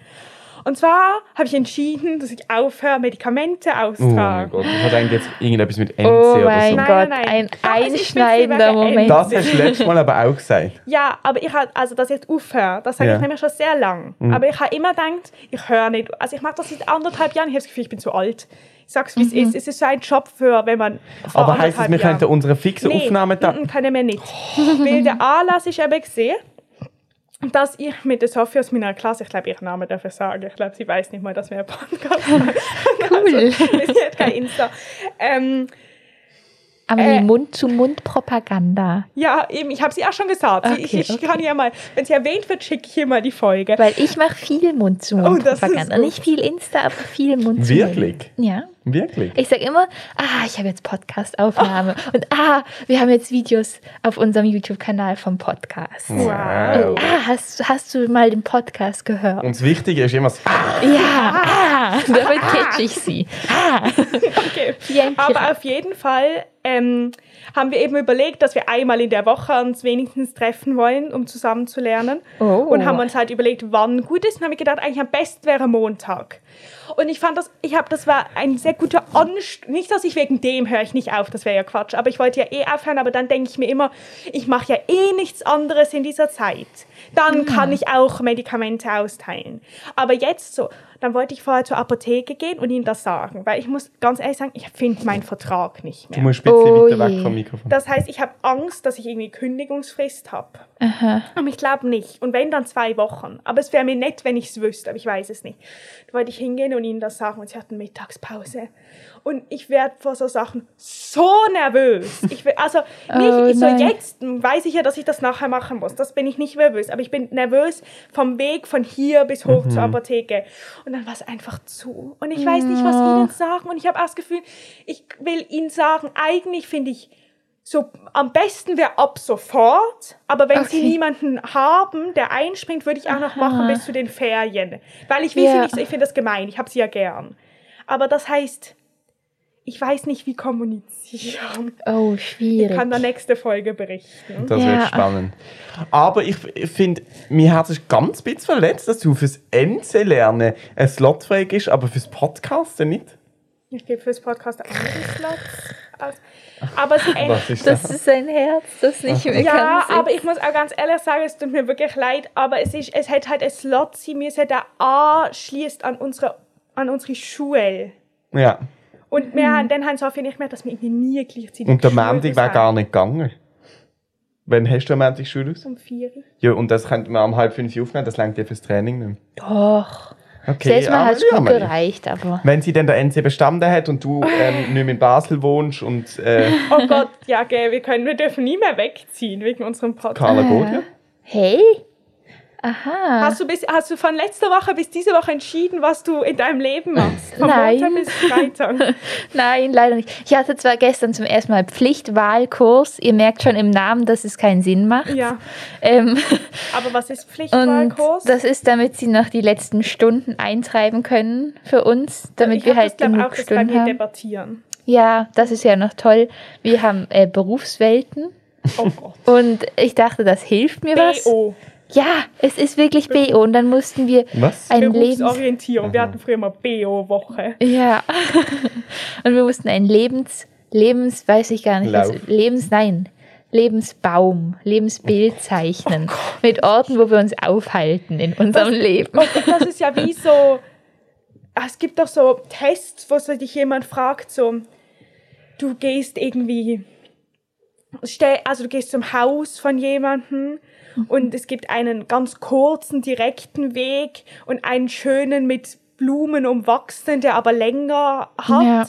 S1: Und zwar habe ich entschieden, dass ich aufhöre, Medikamente
S2: Oh mein
S1: auszutragen.
S2: Gott, ich hatte eigentlich jetzt irgendetwas mit MC
S3: oh
S2: oder
S3: mein
S2: so.
S1: Nein,
S3: Gott,
S1: nein, nein.
S3: ein
S1: Ah, also ich bin's
S3: einschneidender
S1: lieber
S3: Moment.
S1: geändert.
S2: Das hast du letztes Mal aber auch gesagt.
S1: Ja, aber ich habe also das jetzt aufhören, das sage
S2: Ja.
S1: ich
S2: Mhm.
S1: nämlich schon sehr lang. Aber ich habe immer gedacht, ich höre nicht. Also ich mache das seit anderthalb Jahren. Ich habe das Gefühl, ich bin zu alt. Ich sag's wie
S3: Mhm.
S1: es ist. Es ist so ein Job für, wenn man. vor
S2: Aber heisst es,
S1: anderthalb
S2: wir
S1: Jahren-
S2: könnten unsere fixe Aufnahme da.
S1: mm, mm, können wir nicht. Weil der Anlass ist eben gesehen, dass ich mit der Sophie aus meiner Klasse, ich glaube, ihren Namen darf ich sagen, ich glaube, sie weiß nicht mal, dass wir einen Podcast haben.
S3: Cool.
S1: Also, sie hat kein Insta. Ähm,
S3: Aber
S1: Äh,
S3: die Mund-zu-Mund-Propaganda.
S1: ja, eben, ich habe sie auch schon gesagt. Sie, ich,
S3: Ah, Okay,
S1: ich
S3: okay.
S1: kann ja mal, wenn sie erwähnt wird, schicke ich ihr mal die Folge.
S3: Weil ich mache viel
S1: Oh, das ist
S3: Mund-zu-Mund-Propaganda.
S1: gut.
S3: Nicht viel Insta, aber viel Mund-zu-Mund.
S2: Wirklich?
S3: Ja.
S2: Wirklich?
S3: Ich sage immer, ah, ich habe jetzt Podcast-Aufnahme. Und ah, wir haben jetzt Videos auf unserem YouTube-Kanal vom Podcast.
S1: Wow.
S3: Ah, hast, hast du mal den Podcast gehört?
S2: Und das Wichtige ist immer das
S3: Ja, ah, damit catch ich sie. Ah.
S1: Okay.
S3: Wie ein
S1: Aber auf jeden Fall ähm, haben wir eben überlegt, dass wir einmal in der Woche uns wenigstens treffen wollen, um zusammen zu lernen.
S3: Oh.
S1: Und haben uns halt überlegt, wann gut ist. Und haben wir gedacht, eigentlich am besten wäre Montag. Und ich fand das, ich habe, das war ein sehr guter Anst. Nicht, dass ich wegen dem höre ich nicht auf, das wäre ja Quatsch. Aber ich wollte ja eh aufhören, aber dann denke ich mir immer, ich mache ja eh nichts anderes in dieser Zeit. Dann kann ich auch Medikamente austeilen. Aber jetzt so, dann wollte ich vorher zur Apotheke gehen und ihm das sagen. Weil ich muss ganz ehrlich sagen, ich finde meinen Vertrag nicht
S2: Du
S1: mehr.
S2: musst ein bisschen
S3: Oh
S2: weiter
S3: je.
S2: weg vom Mikrofon.
S1: Das heißt, ich habe Angst, dass ich irgendwie Kündigungsfrist habe. Aber ich glaube nicht. Und wenn, dann zwei Wochen. Aber es wäre mir nett, wenn ich es wüsste, aber ich weiß es nicht. Da wollte ich hingehen und ihnen das sagen und sie hatten Mittagspause. Und ich werde vor so Sachen so nervös. Ich wär, also nicht
S3: Oh
S1: so
S3: nein.
S1: jetzt weiß ich ja, dass ich das nachher machen muss. Das bin ich nicht nervös. Aber ich bin nervös vom Weg von hier bis hoch zur
S3: Mhm.
S1: Apotheke. Und dann war es einfach zu. Und ich weiß nicht,
S3: Oh.
S1: was ihnen sagen. Und ich habe auch das Gefühl, ich will ihnen sagen, eigentlich finde ich so am besten wäre ab sofort, aber wenn sie
S3: Okay.
S1: niemanden haben, der einspringt, würde ich auch noch machen bis zu den Ferien, weil ich will sie
S3: Ja.
S1: nicht, so- ich finde das gemein, ich habe sie ja gern. Aber das heißt, ich weiß nicht, wie kommunizieren.
S3: Oh, schwierig.
S1: Ich kann der nächste Folge berichten.
S2: Das
S3: Ja.
S2: wird spannend. Aber ich ich finde, mein Herz ist ganz ein bisschen verletzt, dass du fürs MC-Lernen ein Slot frei ist, aber fürs Podcasten nicht.
S1: Ich gebe fürs Podcast auch Slots aus. Aber es
S2: Was ist das?
S3: das ist ein Herz, das nicht mehr
S1: Ja,
S3: kann.
S1: aber ich muss auch ganz ehrlich sagen, es tut mir wirklich leid, aber es ist, es hat halt ein Slot, sie mir es hat auch anschließt an unsere, an unsere Schule.
S2: Ja.
S1: Und
S3: Mhm.
S1: wir haben, dann haben Sophie nicht mehr, dass wir irgendwie nie gleichzeitig
S2: Und der
S1: Schule
S2: Montag wäre
S1: haben.
S2: gar nicht gegangen. Wann hast du am Montag Schule aus?
S1: Um vier.
S2: Ja, und das könnten wir am halb fünf aufnehmen, das langt ja fürs Training nicht.
S3: Doch.
S2: mehr.
S3: Okay, Selbst mal hat es gut
S2: Amelie.
S3: gereicht, aber.
S2: Wenn sie dann der NC bestanden hat und du ähm, nicht mehr in Basel wohnst und äh,
S1: Oh Gott, ja, gell, wir können, wir dürfen nie mehr wegziehen wegen unserem Podcast.
S2: Carla geht, ja?
S3: Hey? Aha.
S1: Hast du, bis, hast du von letzter Woche bis diese Woche entschieden, was du in deinem Leben machst? Von
S3: Nein.
S1: Montag bis Freitag.
S3: Nein, leider nicht. Ich hatte zwar gestern zum ersten Mal Pflichtwahlkurs. Ihr merkt schon im Namen, dass es keinen Sinn macht.
S1: Ja.
S3: Ähm,
S1: Aber was ist
S3: und
S1: Pflichtwahlkurs?
S3: das ist, damit sie noch die letzten Stunden eintreiben können für uns, damit
S1: ich
S3: wir
S1: hab
S3: halt
S1: das, glaub,
S3: genug
S1: auch das bei
S3: Stunden
S1: mir
S3: haben.
S1: debattieren.
S3: Ja, das ist ja noch toll. Wir haben äh, Berufswelten
S1: Oh Gott.
S3: und ich dachte, das hilft mir was.
S1: BO.
S3: Ja, es ist wirklich BO und dann mussten wir
S2: Was?
S3: ein Lebens
S1: Berufsorientierung. Wir hatten früher mal BO-Woche.
S3: ja und wir mussten ein Lebens Lebens weiß ich gar nicht was,
S2: Lauf.
S3: Lebens nein Lebensbaum Lebensbild zeichnen mit Orten, wo wir uns aufhalten in unserem Leben.
S1: Und das Oh ist ja wie so. ah, Es gibt doch so Tests, wo so dich jemand fragt, so, du gehst irgendwie. stell- Also du gehst zum Haus von jemandem und es gibt einen ganz kurzen, direkten Weg und einen schönen mit Blumen umwachsenen, der aber länger hat.
S3: Ja.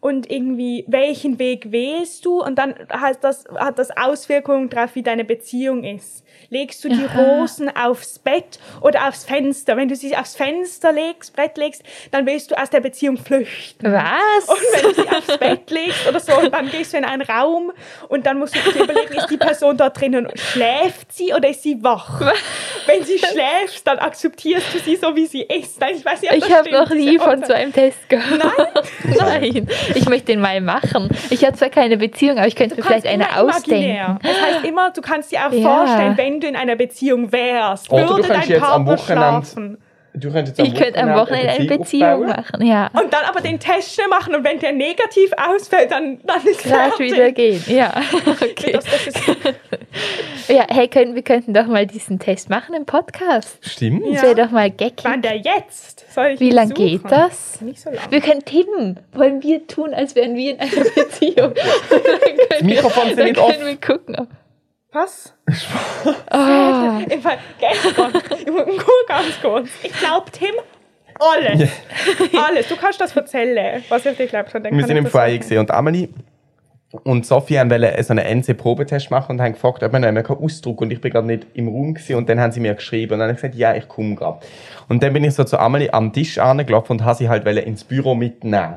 S1: Und irgendwie, welchen Weg wählst du? Und dann hat das, hat das Auswirkungen darauf, wie deine Beziehung ist. Legst du die
S3: Aha.
S1: Rosen aufs Bett oder aufs Fenster? Wenn du sie aufs Fenster legst, Brett legst, dann willst du aus der Beziehung flüchten.
S3: Was?
S1: Und wenn du sie aufs Bett legst oder so, und dann gehst du in einen Raum und dann musst du dir überlegen, ist die Person da drinnen, schläft sie oder ist sie wach? wenn sie schläft, dann akzeptierst du sie so, wie sie ist. Nein, ich weiß nicht, ob das
S3: Ich habe
S1: stimmt,
S3: noch nie
S1: diese
S3: von
S1: Aussage.
S3: so einem Test gehört. Nein. Ich möchte den mal machen. Ich habe zwar keine Beziehung, aber ich könnte mir
S1: Du kannst
S3: vielleicht eine
S1: immer imaginär.
S3: ausdenken.
S1: Das heißt immer, du kannst dir auch
S3: Ja.
S1: vorstellen, wenn du in einer Beziehung wärst,
S2: Oder du
S1: würde
S2: kannst
S1: dein
S2: jetzt am
S1: Partner
S2: Wochenende-
S1: schlafen.
S2: Du könntest jetzt
S3: Ich könnte am Wochenende eine Beziehung
S2: aufbauen.
S3: machen, ja.
S1: Und dann aber den Test schnell machen und wenn der negativ ausfällt, dann, dann ist
S3: Gerade
S1: fertig.
S3: wieder gehen, ja. Okay.
S1: Das, das ist,
S3: Ja, hey, können, wir könnten doch mal diesen Test machen im Podcast.
S2: Stimmt.
S1: Ja.
S3: Das wäre doch mal geckig.
S1: wann der jetzt? Soll ich
S3: Wie
S1: ihn
S3: lang
S1: suchen?
S3: geht das?
S1: Nicht so lang.
S3: Wir können tippen. Wollen wir tun, als wären wir in einer Beziehung?
S2: Das Mikrofon ist
S3: Dann
S2: nicht offen.
S3: können wir gucken. ob-
S1: Was?
S3: Oh.
S1: Im Fall, gestern, nur ganz kurz. Ich glaube, Tim, alles. Alles. Du kannst das erzählen, was ich dir glaubt habe. dann
S2: Wir
S1: kann
S2: sind
S1: ich
S2: im
S1: das
S2: Freien
S1: sagen.
S2: gesehen und Amelie und Sophie haben wollen so einen NC-Probetest E machen und haben gefragt, ob wir noch keinen Ausdruck und ich bin gerade nicht im Raum gewesen. und dann haben sie mir geschrieben und dann habe ich gesagt, ja, ich komme gerade. Und dann bin ich so zu Amelie am Tisch angelaufen und habe sie halt wollen ins Büro mitnehmen.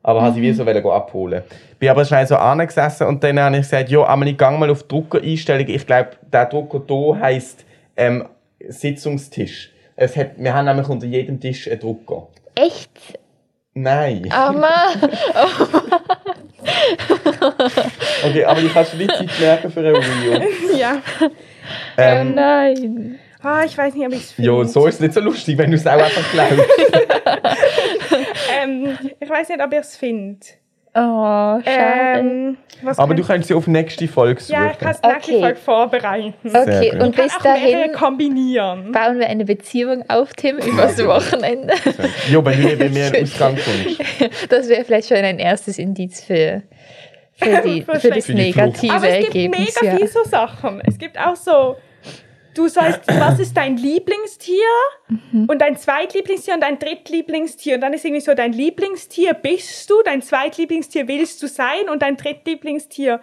S2: Aber habe sie
S1: Mhm.
S2: wie so wollen gehen abholen. Bin aber schnell so angesessen und dann habe ich gesagt, ja, Amelie, gang mal auf die Druckereinstellung. Ich glaube, der Drucker hier heisst ähm, Sitzungstisch. Es hat, wir haben nämlich unter jedem Tisch einen Drucker.
S3: Echt?
S2: Nein.
S3: Oh Mann.
S2: Okay, aber ich kannst du nicht Zeit merken für ein Review.
S1: Ja.
S3: Oh
S2: Ähm,
S3: nein.
S1: Ah, ich weiß nicht, ob ich es
S2: jo, so ist es nicht so lustig, wenn du es auch einfach glaubst.
S1: Ähm, ich weiß nicht, ob ich es finde.
S3: Oh, schade.
S1: Ähm, was
S2: Aber
S1: kann-
S2: du kannst sie auf nächste Folge suchen.
S1: Ja, ich kann es nächste
S3: Okay.
S1: Folge vorbereiten.
S2: Sehr
S3: okay,
S2: gut.
S3: und
S1: Kann
S3: bis
S1: auch mehrere
S3: dahin
S1: kombinieren.
S3: bauen wir eine Beziehung auf, Tim, übers Wochenende.
S2: jo, wenn du nicht bei mir in den Ausgang kommst.
S3: Das wäre vielleicht schon ein erstes Indiz für, für, die,
S1: Für
S3: für das
S1: die
S3: negative
S1: Aber es gibt
S3: Ergebnis.
S1: mega
S3: ja.
S1: viele so Sachen. Es gibt auch so, du sollst, was ist dein Lieblingstier
S3: Mhm.
S1: und dein Zweitlieblingstier und dein Drittlieblingstier. Und dann ist irgendwie so, dein Lieblingstier bist du, dein Zweitlieblingstier willst du sein und dein Drittlieblingstier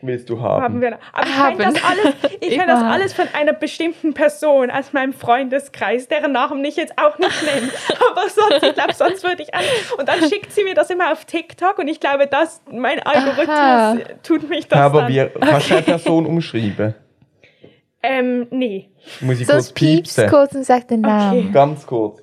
S2: Willst du
S1: haben
S2: haben?
S1: wir. noch. Aber ich
S3: Haben.
S1: kenne das alles, ich kenn das
S3: Immer.
S1: alles von einer bestimmten Person aus meinem Freundeskreis, deren Namen ich jetzt auch nicht nenne. Aber sonst, ich glaube, sonst würde ich an. Und dann schickt sie mir das immer auf TikTok und ich glaube, das, mein Algorithmus
S3: Aha.
S1: äh, tut mich das
S2: Aber
S1: dann.
S2: wir, kannst du eine Person umschreiben?
S1: Ähm, nee.
S2: Muss ich kurz
S3: Sonst piepst
S2: piepsen?
S3: kurz und sagt den Namen.
S2: Ganz kurz.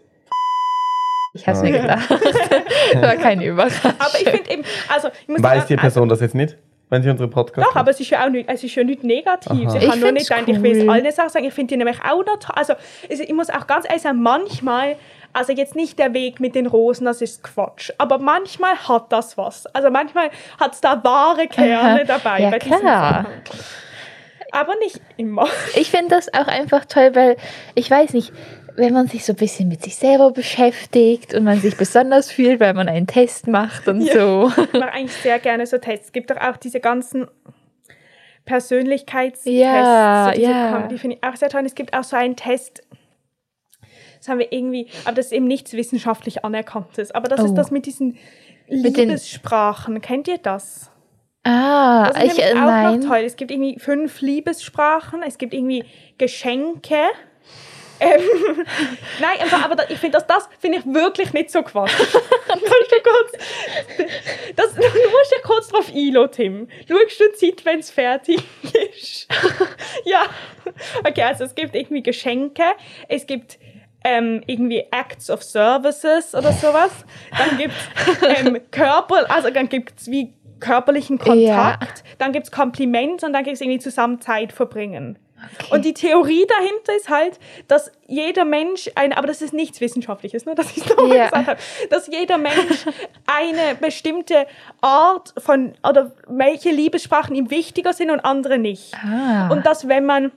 S3: Ich
S1: Ah.
S3: hab's mir gedacht. das war keine Überraschung.
S1: Aber ich finde eben, also ich muss
S2: Weiß die
S1: sagen,
S2: Person das jetzt nicht? Wenn sie unseren Podcast
S1: Doch, aber es ist ja auch nicht, es ist ja nicht negativ.
S2: Aha.
S3: Ich
S1: Ich kann nur
S3: find's
S1: nicht sagen, ich will es
S3: cool.
S1: allen Sachen sagen. Ich finde die nämlich auch noch toll. Also es- ich muss auch ganz ehrlich sagen, manchmal, also jetzt nicht der Weg mit den Rosen, das ist Quatsch. Aber manchmal hat das was. Also manchmal hat es da wahre Kerne
S3: Aha.
S1: dabei.
S3: Ja,
S1: bei diesen
S3: klar.
S1: Sachen. Aber nicht immer.
S3: Ich finde das auch einfach toll, weil ich weiß nicht, wenn man sich so ein bisschen mit sich selber beschäftigt und man sich besonders fühlt, weil man einen Test macht und
S1: Ja.
S3: so.
S1: Ich mache eigentlich sehr gerne so Tests. Es gibt doch auch diese ganzen Persönlichkeitstests.
S3: Ja,
S1: so diese
S3: ja.
S1: Kom- Die finde ich auch sehr toll. Und Es gibt auch so einen Test, das haben wir irgendwie, aber das ist eben nichts wissenschaftlich Anerkanntes. Aber das
S3: Oh.
S1: ist das mit diesen
S3: Mit den-
S1: Liebessprachen. Kennt ihr das?
S3: Ah,
S1: Das ist
S3: ich, äh,
S1: nämlich auch noch
S3: nein.
S1: toll. Es gibt irgendwie fünf Liebessprachen, es gibt irgendwie Geschenke. Ähm, nein, einfach, aber da, ich finde das, das finde ich wirklich nicht so Quatsch. Kannst du kurz, das, du musst ja kurz drauf einladen, Tim. Schaust du die Zeit, wenn es fertig ist. ja. Okay, also es gibt irgendwie Geschenke, es gibt ähm, irgendwie Acts of Services oder sowas. Dann gibt es ähm, Körper, also dann gibt es wie körperlichen
S3: Ja.
S1: Kontakt, dann gibt es Kompliment und dann gibt es irgendwie zusammen Zeit verbringen. Und die Theorie dahinter ist halt, dass jeder Mensch eine, aber das ist nichts Wissenschaftliches, nur dass ich es nochmal
S3: Ja.
S1: gesagt habe, dass jeder Mensch eine bestimmte Art von, oder welche Liebessprachen ihm wichtiger sind und andere nicht.
S3: Ah.
S1: Und dass, wenn man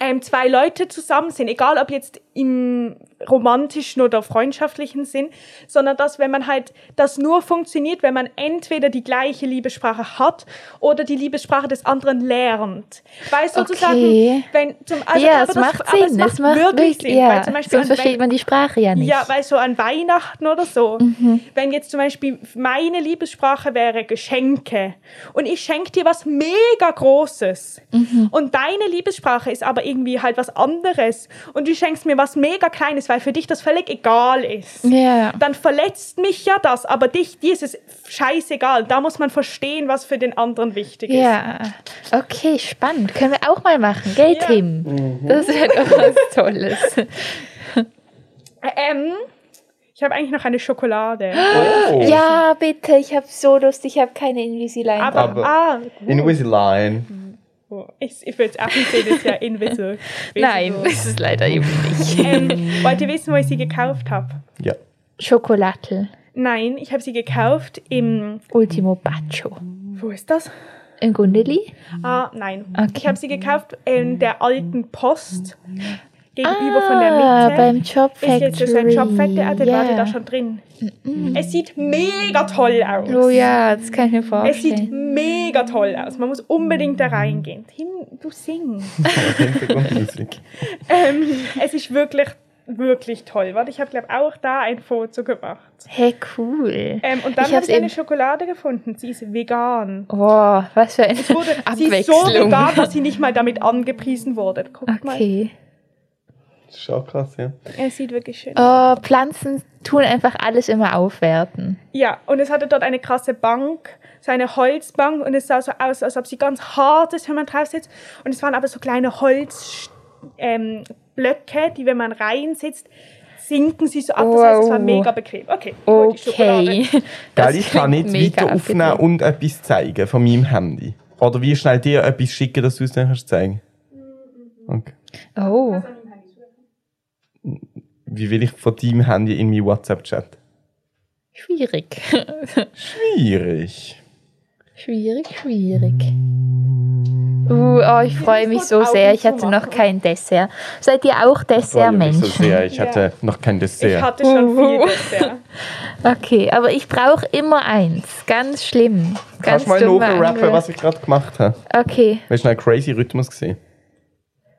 S1: ähm, zwei Leute zusammen sind, egal ob jetzt im romantischen oder freundschaftlichen Sinn, sondern dass, wenn man halt, das nur funktioniert, wenn man entweder die gleiche Liebessprache hat oder die Liebessprache des anderen lernt. Weil sozusagen,
S3: Okay.
S1: wenn zum, also,
S3: ja,
S1: aber
S3: es macht
S1: aber
S3: Sinn. Es macht, wirklich Sinn. Ja,
S1: weil zum Beispiel
S3: sonst
S1: an
S3: versteht
S1: Wed-
S3: man die Sprache ja nicht. Mhm.
S1: ja, weil so an Weihnachten oder so. Wenn jetzt zum Beispiel meine Liebessprache wäre Geschenke und ich schenke dir was mega
S3: Mhm.
S1: Großes und deine Liebessprache ist aber irgendwie halt was anderes und du schenkst mir was was mega Kleines, weil für dich das völlig egal ist,
S3: Ja.
S1: dann verletzt mich ja das, aber dich, dir ist es scheißegal. Da muss man verstehen, was für den anderen wichtig ist.
S3: Ja. Okay, spannend. Können wir auch mal machen, gell,
S1: Ja.
S3: Tim? Das wäre doch was Tolles.
S1: Ähm, ich habe eigentlich noch eine Schokolade.
S2: Oh.
S3: Ja, bitte, ich habe so Lust, ich habe keine Invisalign.
S1: Aber,
S2: Aber-
S1: ah,
S2: Invisalign.
S1: oh, ich, ich will jetzt auch nicht sehen, das ist ja Invisil.
S3: Nein, das ist leider eben nicht.
S1: Ähm,
S3: Mm.
S1: wollt ihr wissen, wo ich sie gekauft habe?
S2: Ja.
S3: Schokolatel,
S1: Nein, ich habe sie gekauft im.
S3: Ultimo Baccio.
S1: Wo ist das?
S3: In Gundeli?
S1: Ah, nein.
S3: Okay.
S1: Ich habe sie gekauft in der alten Post gegenüber von
S3: Ah,
S1: der
S3: beim
S1: Mitte.
S3: Job
S1: ist
S3: Factory.
S1: jetzt so ein Shopfactor, ah, der war
S3: Ja.
S1: da schon drin. Es sieht mega toll aus.
S3: Oh ja, das kann ich mir
S1: Es sieht
S3: vorstellen.
S1: mega toll aus. Man muss unbedingt da reingehen. Tim, du singst.
S2: Hintergrundmusik.
S1: ähm, es ist wirklich, wirklich toll. Warte, ich habe, glaube auch da ein Foto gemacht.
S3: Hey, cool.
S1: Ähm, und dann
S3: Ich
S1: habe
S3: hab's
S1: ich eine
S3: eben-
S1: Schokolade gefunden. Sie ist vegan.
S3: Oh, was für ein
S1: Es Wurde, sie ist so
S3: Abwechslung.
S1: vegan, dass sie nicht mal damit angepriesen wurde. Guck mal.
S3: okay.
S2: Das ist auch krass, ja.
S1: Es sieht wirklich schön aus.
S3: Oh, Pflanzen tun einfach alles immer aufwerten.
S1: Ja, und es hatte dort eine krasse Bank, so eine Holzbank. Und es sah so aus, als ob sie ganz hart ist, wenn man drauf sitzt. Und es waren aber so kleine Holzblöcke, ähm, Blöcke, die, wenn man reinsitzt, sinken sie so ab. Das heißt, es war
S3: Wow.
S1: mega bequem. Okay, hol die Schokolade.
S3: Okay. Das
S2: Weil ich kann
S3: klingt
S2: nicht
S3: mega
S2: weiter aufnehmen
S3: abgedreht.
S2: und etwas zeigen von meinem Handy. Oder wie schnell dir etwas schicken, dass du es nachher zeigen kannst. Okay.
S3: Oh.
S2: Wie will ich von deinem Handy in meinen WhatsApp-Chat?
S3: Schwierig.
S2: Schwierig.
S3: schwierig, schwierig. Uh, oh, ich freue mich so sehr. Ich hatte noch kein Dessert. Seid ihr auch
S2: so
S3: Dessertmenschen?
S2: sehr. Ich hatte noch kein
S1: Ich
S2: Dessert.
S1: hatte schon
S3: Uhu.
S1: viel Dessert.
S3: Okay, aber ich brauche immer eins. Ganz schlimm. Ganz
S2: Kannst du mal
S3: dumme
S2: nachrappen,
S3: Angewohnheit.
S2: was ich gerade gemacht habe?
S3: Okay.
S2: Hast du einen crazy Rhythmus gesehen?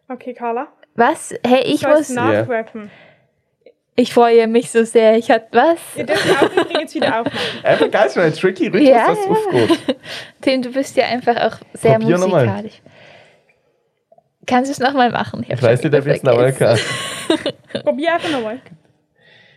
S1: Okay, Carla.
S3: Was? Hey, ich
S1: Ich muss
S3: muss.
S1: nachrappen.
S3: Ich freue mich so sehr. Ich hatte was?
S1: Ihr dürft auch übrigens wieder aufmachen.
S2: Einfach geil, so ein tricky Rhythmus,
S3: Ja,
S2: dass es
S3: ja.
S2: aufgeht.
S3: Tim, du bist ja einfach auch sehr
S2: Probier nochmal.
S3: musikalisch. Kannst du es nochmal machen?
S2: Ich weiß nicht, ob ich es nochmal kann.
S1: Probier einfach nochmal.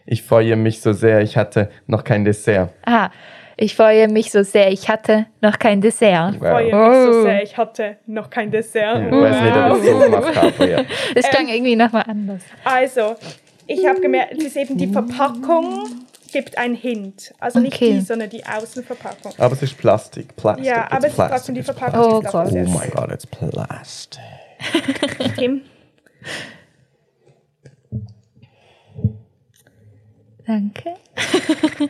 S2: Ich freue mich so sehr, ich hatte noch kein Dessert.
S3: Ah, ich freue mich so sehr. Ich hatte noch kein Dessert.
S1: Freue
S2: Wow.
S1: mich so
S3: Oh.
S1: sehr. Ich hatte noch kein Dessert.
S2: Ich weiß nicht, ob ich es so gemacht habe, aber ja.
S3: Das klang irgendwie nochmal anders.
S1: Also, ich habe gemerkt, es ist eben die Verpackung gibt einen Hint. Also nicht
S3: Okay.
S1: die, sondern die Außenverpackung.
S2: Aber es ist Plastik, Plastik.
S1: Ja,
S2: it's
S1: aber es ist
S2: Plastik,
S1: trotzdem die
S2: it's
S1: Verpackung.
S3: Oh
S1: ist
S3: Gott.
S2: Plastic.
S1: trotzdem
S2: Oh my god, it's plastic.
S1: Tim.
S3: Danke.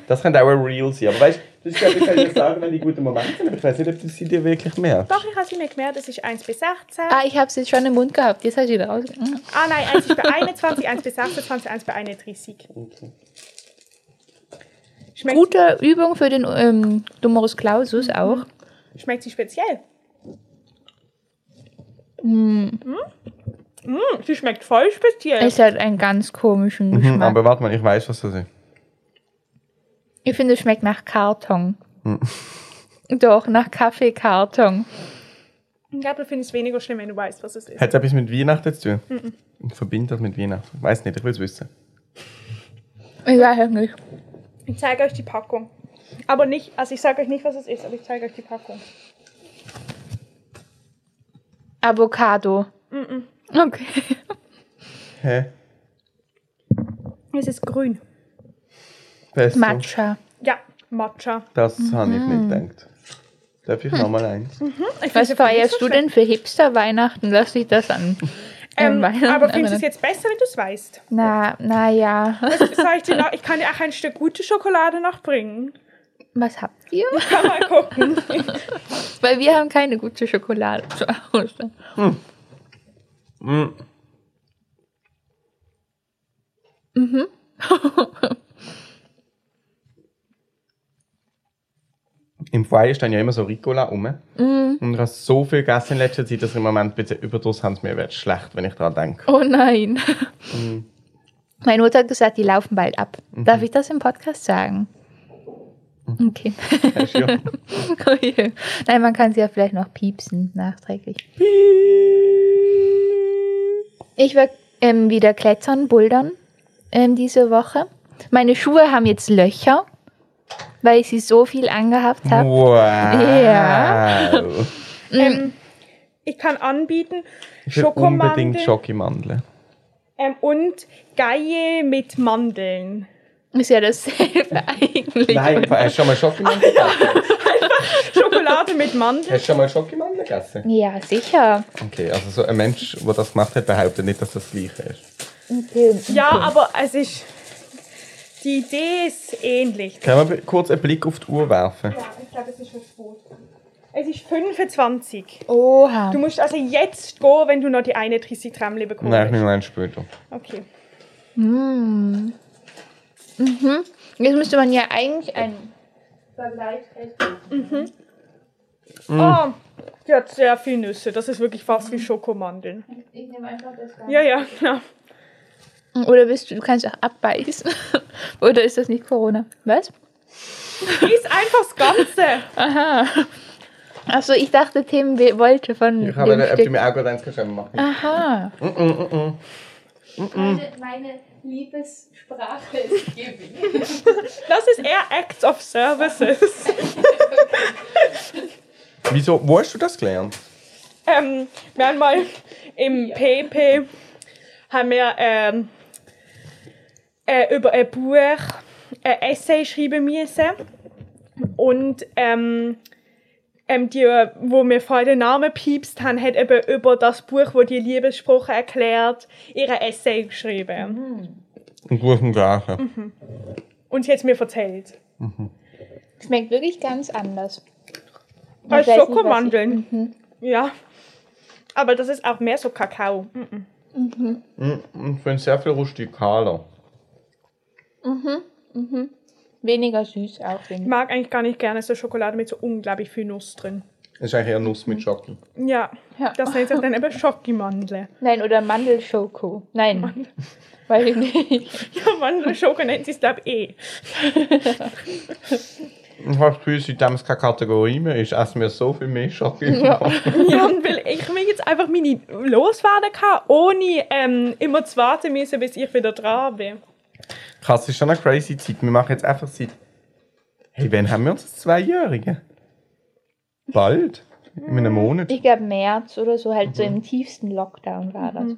S2: Das könnte auch ein Real sein. Aber weißt du, das ist, glaube ich, kann ich sagen, wenn die guten Momente sind, aber ich weiß nicht, ob du sie dir wirklich merkst.
S1: Doch, ich habe sie mir gemerkt, es ist 1 bis 16.
S3: Ah, ich habe es jetzt schon im Mund gehabt. Jetzt hast du wieder raus.
S1: Ah nein, 1 ist bei 21, 1 bis 28, 1 bei 31. Schmeckt,
S3: Gute Übung für den ähm, Numerus Clausus auch.
S1: schmeckt sie speziell? Mm. Mm, Hm? sie schmeckt voll speziell.
S3: Es hat halt einen ganz komischen Geschmack.
S2: Hm, aber warte mal, ich weiß, was das ist.
S3: Ich finde, es schmeckt nach Karton.
S2: Mhm.
S3: Doch, nach Kaffeekarton.
S1: Ich glaube, du findest es weniger schlimm, wenn du weißt, was es ist.
S2: Hat es etwas mit Weihnachten zu tun? Ich verbinde das mit Weihnachten. Ich weiß nicht, ich will es wissen.
S3: Ich weiß es nicht.
S1: Ich zeige euch die Packung. Aber nicht, also ich sage euch nicht, was es ist, aber ich zeige euch die Packung.
S3: Avocado. Okay.
S2: Hä?
S1: Es ist grün.
S2: Pesto.
S3: Matcha.
S1: Ja, Matcha.
S2: Das habe ich nicht gedacht. Darf
S1: Hm.
S2: ich nochmal eins?
S1: Ich
S3: Was
S1: find's jetzt nicht
S3: feierst
S1: so
S3: du denn für Hipster-Weihnachten? Lass dich das an.
S1: schlimm.
S3: an Weihnachten
S1: Ähm, aber findest du es
S3: erinnern.
S1: jetzt besser, wenn du es weißt?
S3: Na, na ja.
S1: Soll ich, dir noch, ich kann dir auch ein Stück gute Schokolade noch bringen.
S3: Was habt ihr?
S1: Kann mal gucken.
S3: Weil wir haben keine gute Schokolade zu Hause.
S2: Im Foyer stehen ja immer so Ricola rum.
S1: Mm.
S2: Und ich habe so viel gegessen in letzter Zeit, dass ich im Moment bitte Überdruss habe. Mir wird schlecht, wenn ich daran denke.
S3: Oh nein. Meine Mutter hat gesagt, die laufen bald ab. Darf ich das im Podcast sagen? Okay.
S2: Hast du ja.
S3: Oh je. nein, man kann sie ja vielleicht noch piepsen, nachträglich. Ich war ähm, wieder klettern, bouldern ähm, diese Woche. Meine Schuhe haben jetzt Löcher, weil ich sie so viel angehabt habe.
S2: Wow.
S3: Ja. Mm.
S1: Ähm, ich kann anbieten
S2: Ich will unbedingt
S1: Schokomandeln
S2: Schokimandeln.
S1: ähm, und Geie mit Mandeln.
S3: Ist ja dasselbe eigentlich.
S2: Nein, hast du schon mal Schokimandeln gegessen?
S1: Schokolade mit Mandeln.
S2: Hast du schon mal Schokimandeln gegessen?
S3: Ja, sicher.
S2: Okay, also so ein Mensch, der das gemacht hat, behauptet nicht, dass das gleiche ist.
S1: Ja, aber es ist. Die Idee ist ähnlich.
S2: Können wir b- kurz einen Blick auf die Uhr werfen?
S1: Ja, ich glaube, es ist verboten. Es ist 25.
S3: Oha.
S2: Oh.
S1: Du musst also jetzt gehen, wenn du noch die 31 Tramli bekommst.
S2: Nein, ich nehme einen später.
S1: Okay.
S3: Jetzt müsste man ja eigentlich einen Vergleich testen.
S2: Mhm.
S1: Ah, die hat sehr viel Nüsse. Das ist wirklich fast wie Schokomandeln.
S2: Mhm.
S3: Ich nehme einfach das Ganze.
S1: Ja, ja, genau.
S3: Oder bist du, du kannst auch abbeißen. Oder ist das nicht Corona? Was?
S1: Gieß einfach das Ganze.
S3: Achso, ich dachte, Themen we- wollte von
S2: Ich habe
S3: dem
S2: ob du
S3: Stück.
S2: mir auch gerade eins geschrieben machen.
S1: Ah.
S3: Aha.
S4: Meine, meine Liebessprache ist Giving.
S1: Das ist eher Acts of Services.
S2: Wieso? Wo hast du das gelernt?
S1: Ähm, wir haben mal im PP haben wir ähm, äh, über ein Buch ein Essay schreiben müssen. Und ähm, ähm, die, wo wir vorher den Namen piepst haben, hat eben über das Buch, wo die Liebessprache erklärt, ihre Essay geschrieben.
S3: Mhm.
S2: Einen guten Gleichen.
S1: Und sie hat es mir erzählt.
S3: Schmeckt wirklich ganz anders.
S1: Als
S3: weiß nicht,
S1: Also
S3: Mhm.
S1: Schokomandeln. Ja. Aber das ist auch mehr so Kakao. Mhm.
S2: Mhm. Ich finde es sehr viel rustikaler.
S3: Weniger süß auch. finde
S1: Ich mag eigentlich gar nicht gerne so Schokolade mit so unglaublich viel Nuss drin.
S2: Das ist eigentlich eher Nuss mit Schoki.
S1: Ja,
S3: Ja.
S1: das nennt sich dann eben Schokimandle.
S3: ich. Nein, oder Mandelschoko. Nein. Weiß ich nicht.
S1: Ja, Mandelschoko nennt sie es, glaube eh.
S2: Ich habe das Gefühl, seitdem es keine Kategorie mehr ist, essen wir so viel mehr Schoki.
S1: Ja, und weil ich will jetzt einfach meine loswerden kann, ohne ähm, immer zu warten müssen, bis ich wieder dran bin.
S2: Krass, das ist schon eine crazy Zeit. Wir machen jetzt einfach seit. Hey, wann haben wir uns das Zweijährige? Bald? In einem Monat?
S3: Ich glaube, März oder so, halt so
S1: Mhm.
S3: im tiefsten Lockdown war das.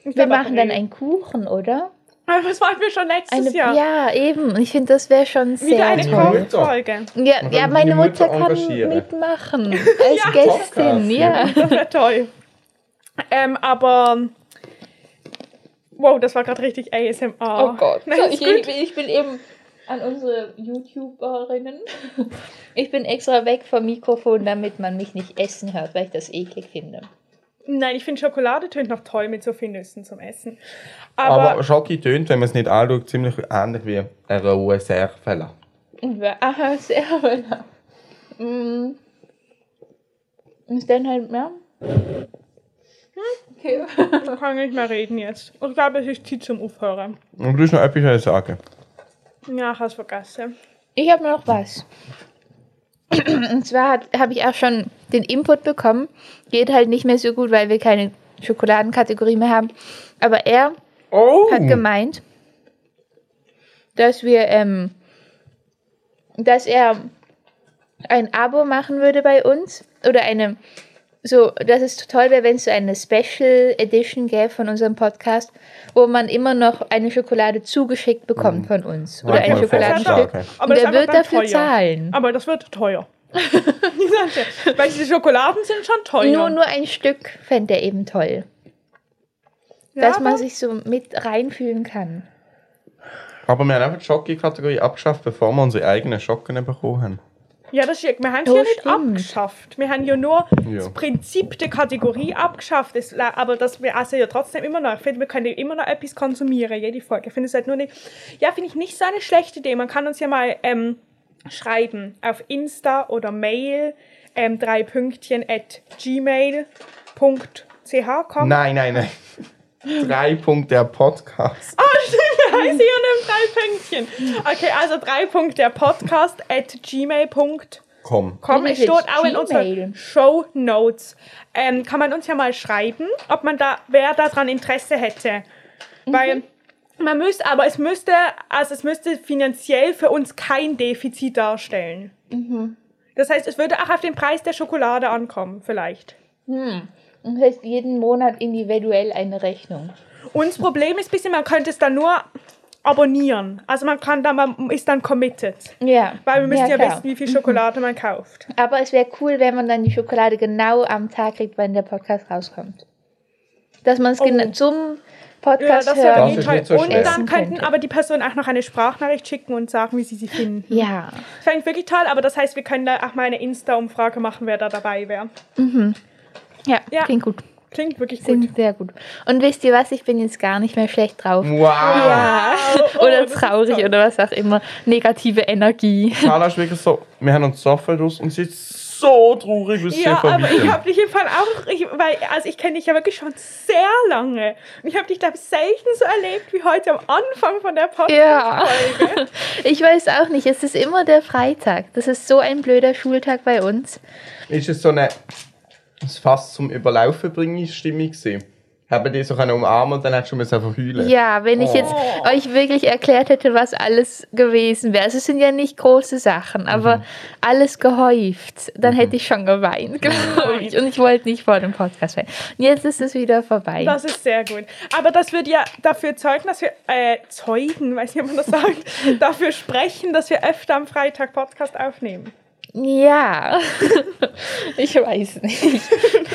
S1: Ich
S3: Wir
S1: glaub,
S3: machen dann
S1: April.
S3: einen Kuchen, oder?
S1: Aber eh- Das machen wir schon letztes
S3: Eine,
S1: Jahr.
S3: ja, eben. Ich finde, das wäre schon sehr
S1: Wieder eine
S3: toll.
S2: toll.
S1: Kochfolge.
S3: Ja,
S2: Man
S3: ja
S2: kann
S3: meine
S2: die Mutter
S3: Mutter kann
S2: engagieren.
S3: mitmachen. Als Gästin,
S2: Podcast, ja.
S3: ja.
S1: Das wäre toll. Ähm, aber. Wow, das war gerade richtig ASMR.
S3: Oh Gott.
S1: Nein, ist
S3: ich,
S1: gut.
S3: ich, ich bin eben an unsere YouTuberinnen. Ich bin extra weg vom Mikrofon, damit man mich nicht essen hört, weil ich das eklig finde.
S1: Nein, ich finde Schokolade tönt noch toll mit so vielen Nüssen zum Essen.
S2: Aber,
S1: Aber,
S2: Schoki tönt, wenn man es nicht anschaut, ziemlich ähnlich wie ein rohe Serfele.
S3: Und wir- Aha, sehr genau. Mm. Ist dann halt, ja. Okay.
S1: ich kann nicht mehr reden jetzt. Ich glaube, es ist Zeit zum Aufhören.
S2: Und du hast noch etwas sagen.
S1: Ja, ich habe es vergessen.
S3: Ich habe noch was. Und zwar habe ich auch schon den Input bekommen. Geht halt nicht mehr so gut, weil wir keine Schokoladenkategorie mehr haben. Aber er
S2: Oh!
S3: hat gemeint, dass wir, ähm, dass er ein Abo machen würde bei uns oder eine, so, dass es toll wäre, wenn es so eine Special Edition gäbe von unserem Podcast, wo man immer noch eine Schokolade zugeschickt bekommt von uns oder
S2: Mag
S3: ein
S2: man
S3: Schokoladenstück.
S2: vorschlagen.
S1: Aber
S3: Und
S1: das
S3: er
S1: ist
S3: wird
S1: einfach dann
S3: dafür
S1: teuer.
S3: zahlen.
S1: Aber das wird teuer. Ich sagte, Weil diese Schokoladen sind schon teuer.
S3: Nur, nur ein Stück fände er eben toll,
S1: ja,
S3: dass man
S1: aber-
S3: sich so mit reinfühlen kann.
S2: Aber wir haben einfach die Schoki-Kategorie abgeschafft, bevor wir unsere eigenen Schocken bekommen haben.
S1: ja, das stimmt. Wir haben es
S3: Oh,
S1: ja nicht
S3: stimmt.
S1: abgeschafft. Wir haben ja nur
S2: Ja.
S1: das Prinzip der Kategorie abgeschafft. Das, aber das, wir essen ja trotzdem immer noch. Ich finde, wir können ja immer noch etwas konsumieren, jede Folge. Ich finde es halt nur nicht. Ja, finde ich nicht so eine schlechte Idee. Man kann uns ja mal ähm, schreiben auf Insta oder Mail ähm, drei Pünktchen at gmail.ch kommen.
S2: Nein, nein, nein. Drei Punkte der Podcast.
S1: Oh, heiße hier und drei Pünktchen. Okay, also drei Punkte der Podcast at gmail.com.
S2: Komm.
S1: Komm,
S3: Wie
S1: es
S3: ist
S1: steht
S3: jetzt?
S1: auch in
S3: Gmail?
S1: unseren Show Notes. Ähm, kann man uns ja mal schreiben, ob man da, wer daran Interesse hätte. Weil man müsste, aber es müsste, also es müsste finanziell für uns kein Defizit darstellen. Das heißt, es würde auch auf den Preis der Schokolade ankommen, vielleicht.
S3: Hm. Das heißt, jeden Monat individuell eine Rechnung.
S1: Uns Problem ist ein bisschen, man könnte es dann nur abonnieren. Also man kann dann, man ist dann committed.
S3: Ja.
S1: Weil wir müssen ja,
S3: klar.
S1: wissen, wie viel Schokolade man kauft.
S3: Aber es wäre cool, wenn man dann die Schokolade genau am Tag kriegt, wenn der Podcast rauskommt. Dass man es
S1: Oh.
S3: gena- zum
S1: Ja,
S3: Podcast
S1: das
S3: hört.
S1: wäre auf
S2: Das
S1: jeden
S2: ist
S1: Fall.
S2: nicht so
S1: und
S2: schwer.
S1: dann
S3: Essen
S1: könnten
S3: könnte.
S1: aber die Personen auch noch eine Sprachnachricht schicken und sagen, wie sie sie finden.
S3: Ja.
S1: Das fände ich wirklich toll, aber das heißt, wir können da auch mal eine Insta-Umfrage machen, wer da dabei wäre.
S3: ja.
S1: Ja.
S3: klingt gut.
S1: Klingt wirklich gut.
S3: Klingt sehr gut und wisst ihr was? Ich bin jetzt gar nicht mehr schlecht drauf.
S2: Wow!
S1: Wow. Oh,
S3: Oder
S1: das ist
S3: traurig
S1: toll.
S3: oder was auch immer. Negative Energie.
S2: Carla ist wirklich so, wir haben uns Software draus und sie ist so traurig, bis sie
S1: Ja, aber ich
S2: verwirrt.
S1: habe dich im Fall auch, ich, weil, also ich kenne dich ja wirklich schon sehr lange. Und ich habe dich da selten so erlebt wie heute am Anfang von der Podcast.
S3: Ja. Ich weiß auch nicht. Es ist immer der Freitag. Das ist so ein blöder Schultag bei uns.
S2: Ist es so eine ein Fass zum Überlaufen bringen Stimmung gewesen? Haben die so können umarmen und dann hättest du müssen einfach heulen
S3: Ja, wenn ich
S2: Oh.
S3: jetzt euch wirklich erklärt hätte, was alles gewesen wäre. Also es sind ja nicht große Sachen, aber alles gehäuft, dann hätte ich schon geweint, glaube ich. Und ich wollte nicht vor dem Podcast weinen. Und jetzt ist es wieder vorbei.
S1: Das ist sehr gut. Aber das wird ja dafür zeugen, dass wir, äh, zeugen, weiß nicht, ob man das sagt, dafür sprechen, dass wir öfter am Freitag Podcast aufnehmen.
S3: ja, ich weiß nicht.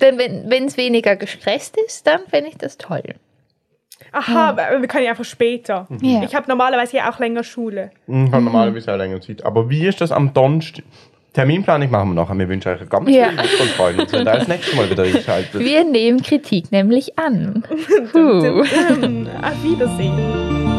S3: Denn wenn es weniger gestresst ist, dann fände ich das toll.
S1: Aha, aber wir können ja einfach später.
S3: Ja.
S1: Ich habe normalerweise ja auch länger Schule.
S2: Ich habe Mhm, normalerweise auch länger Zeit. Aber wie ist das am Donnerstag? Terminplanung machen wir nachher. Wir wünschen euch eine ganz
S3: Ja.
S2: ja. gute Woche und freuen uns, wenn ihr das nächste Mal wieder einschaltet.
S3: Wir nehmen Kritik nämlich an. Huh.
S1: Auf Wiedersehen.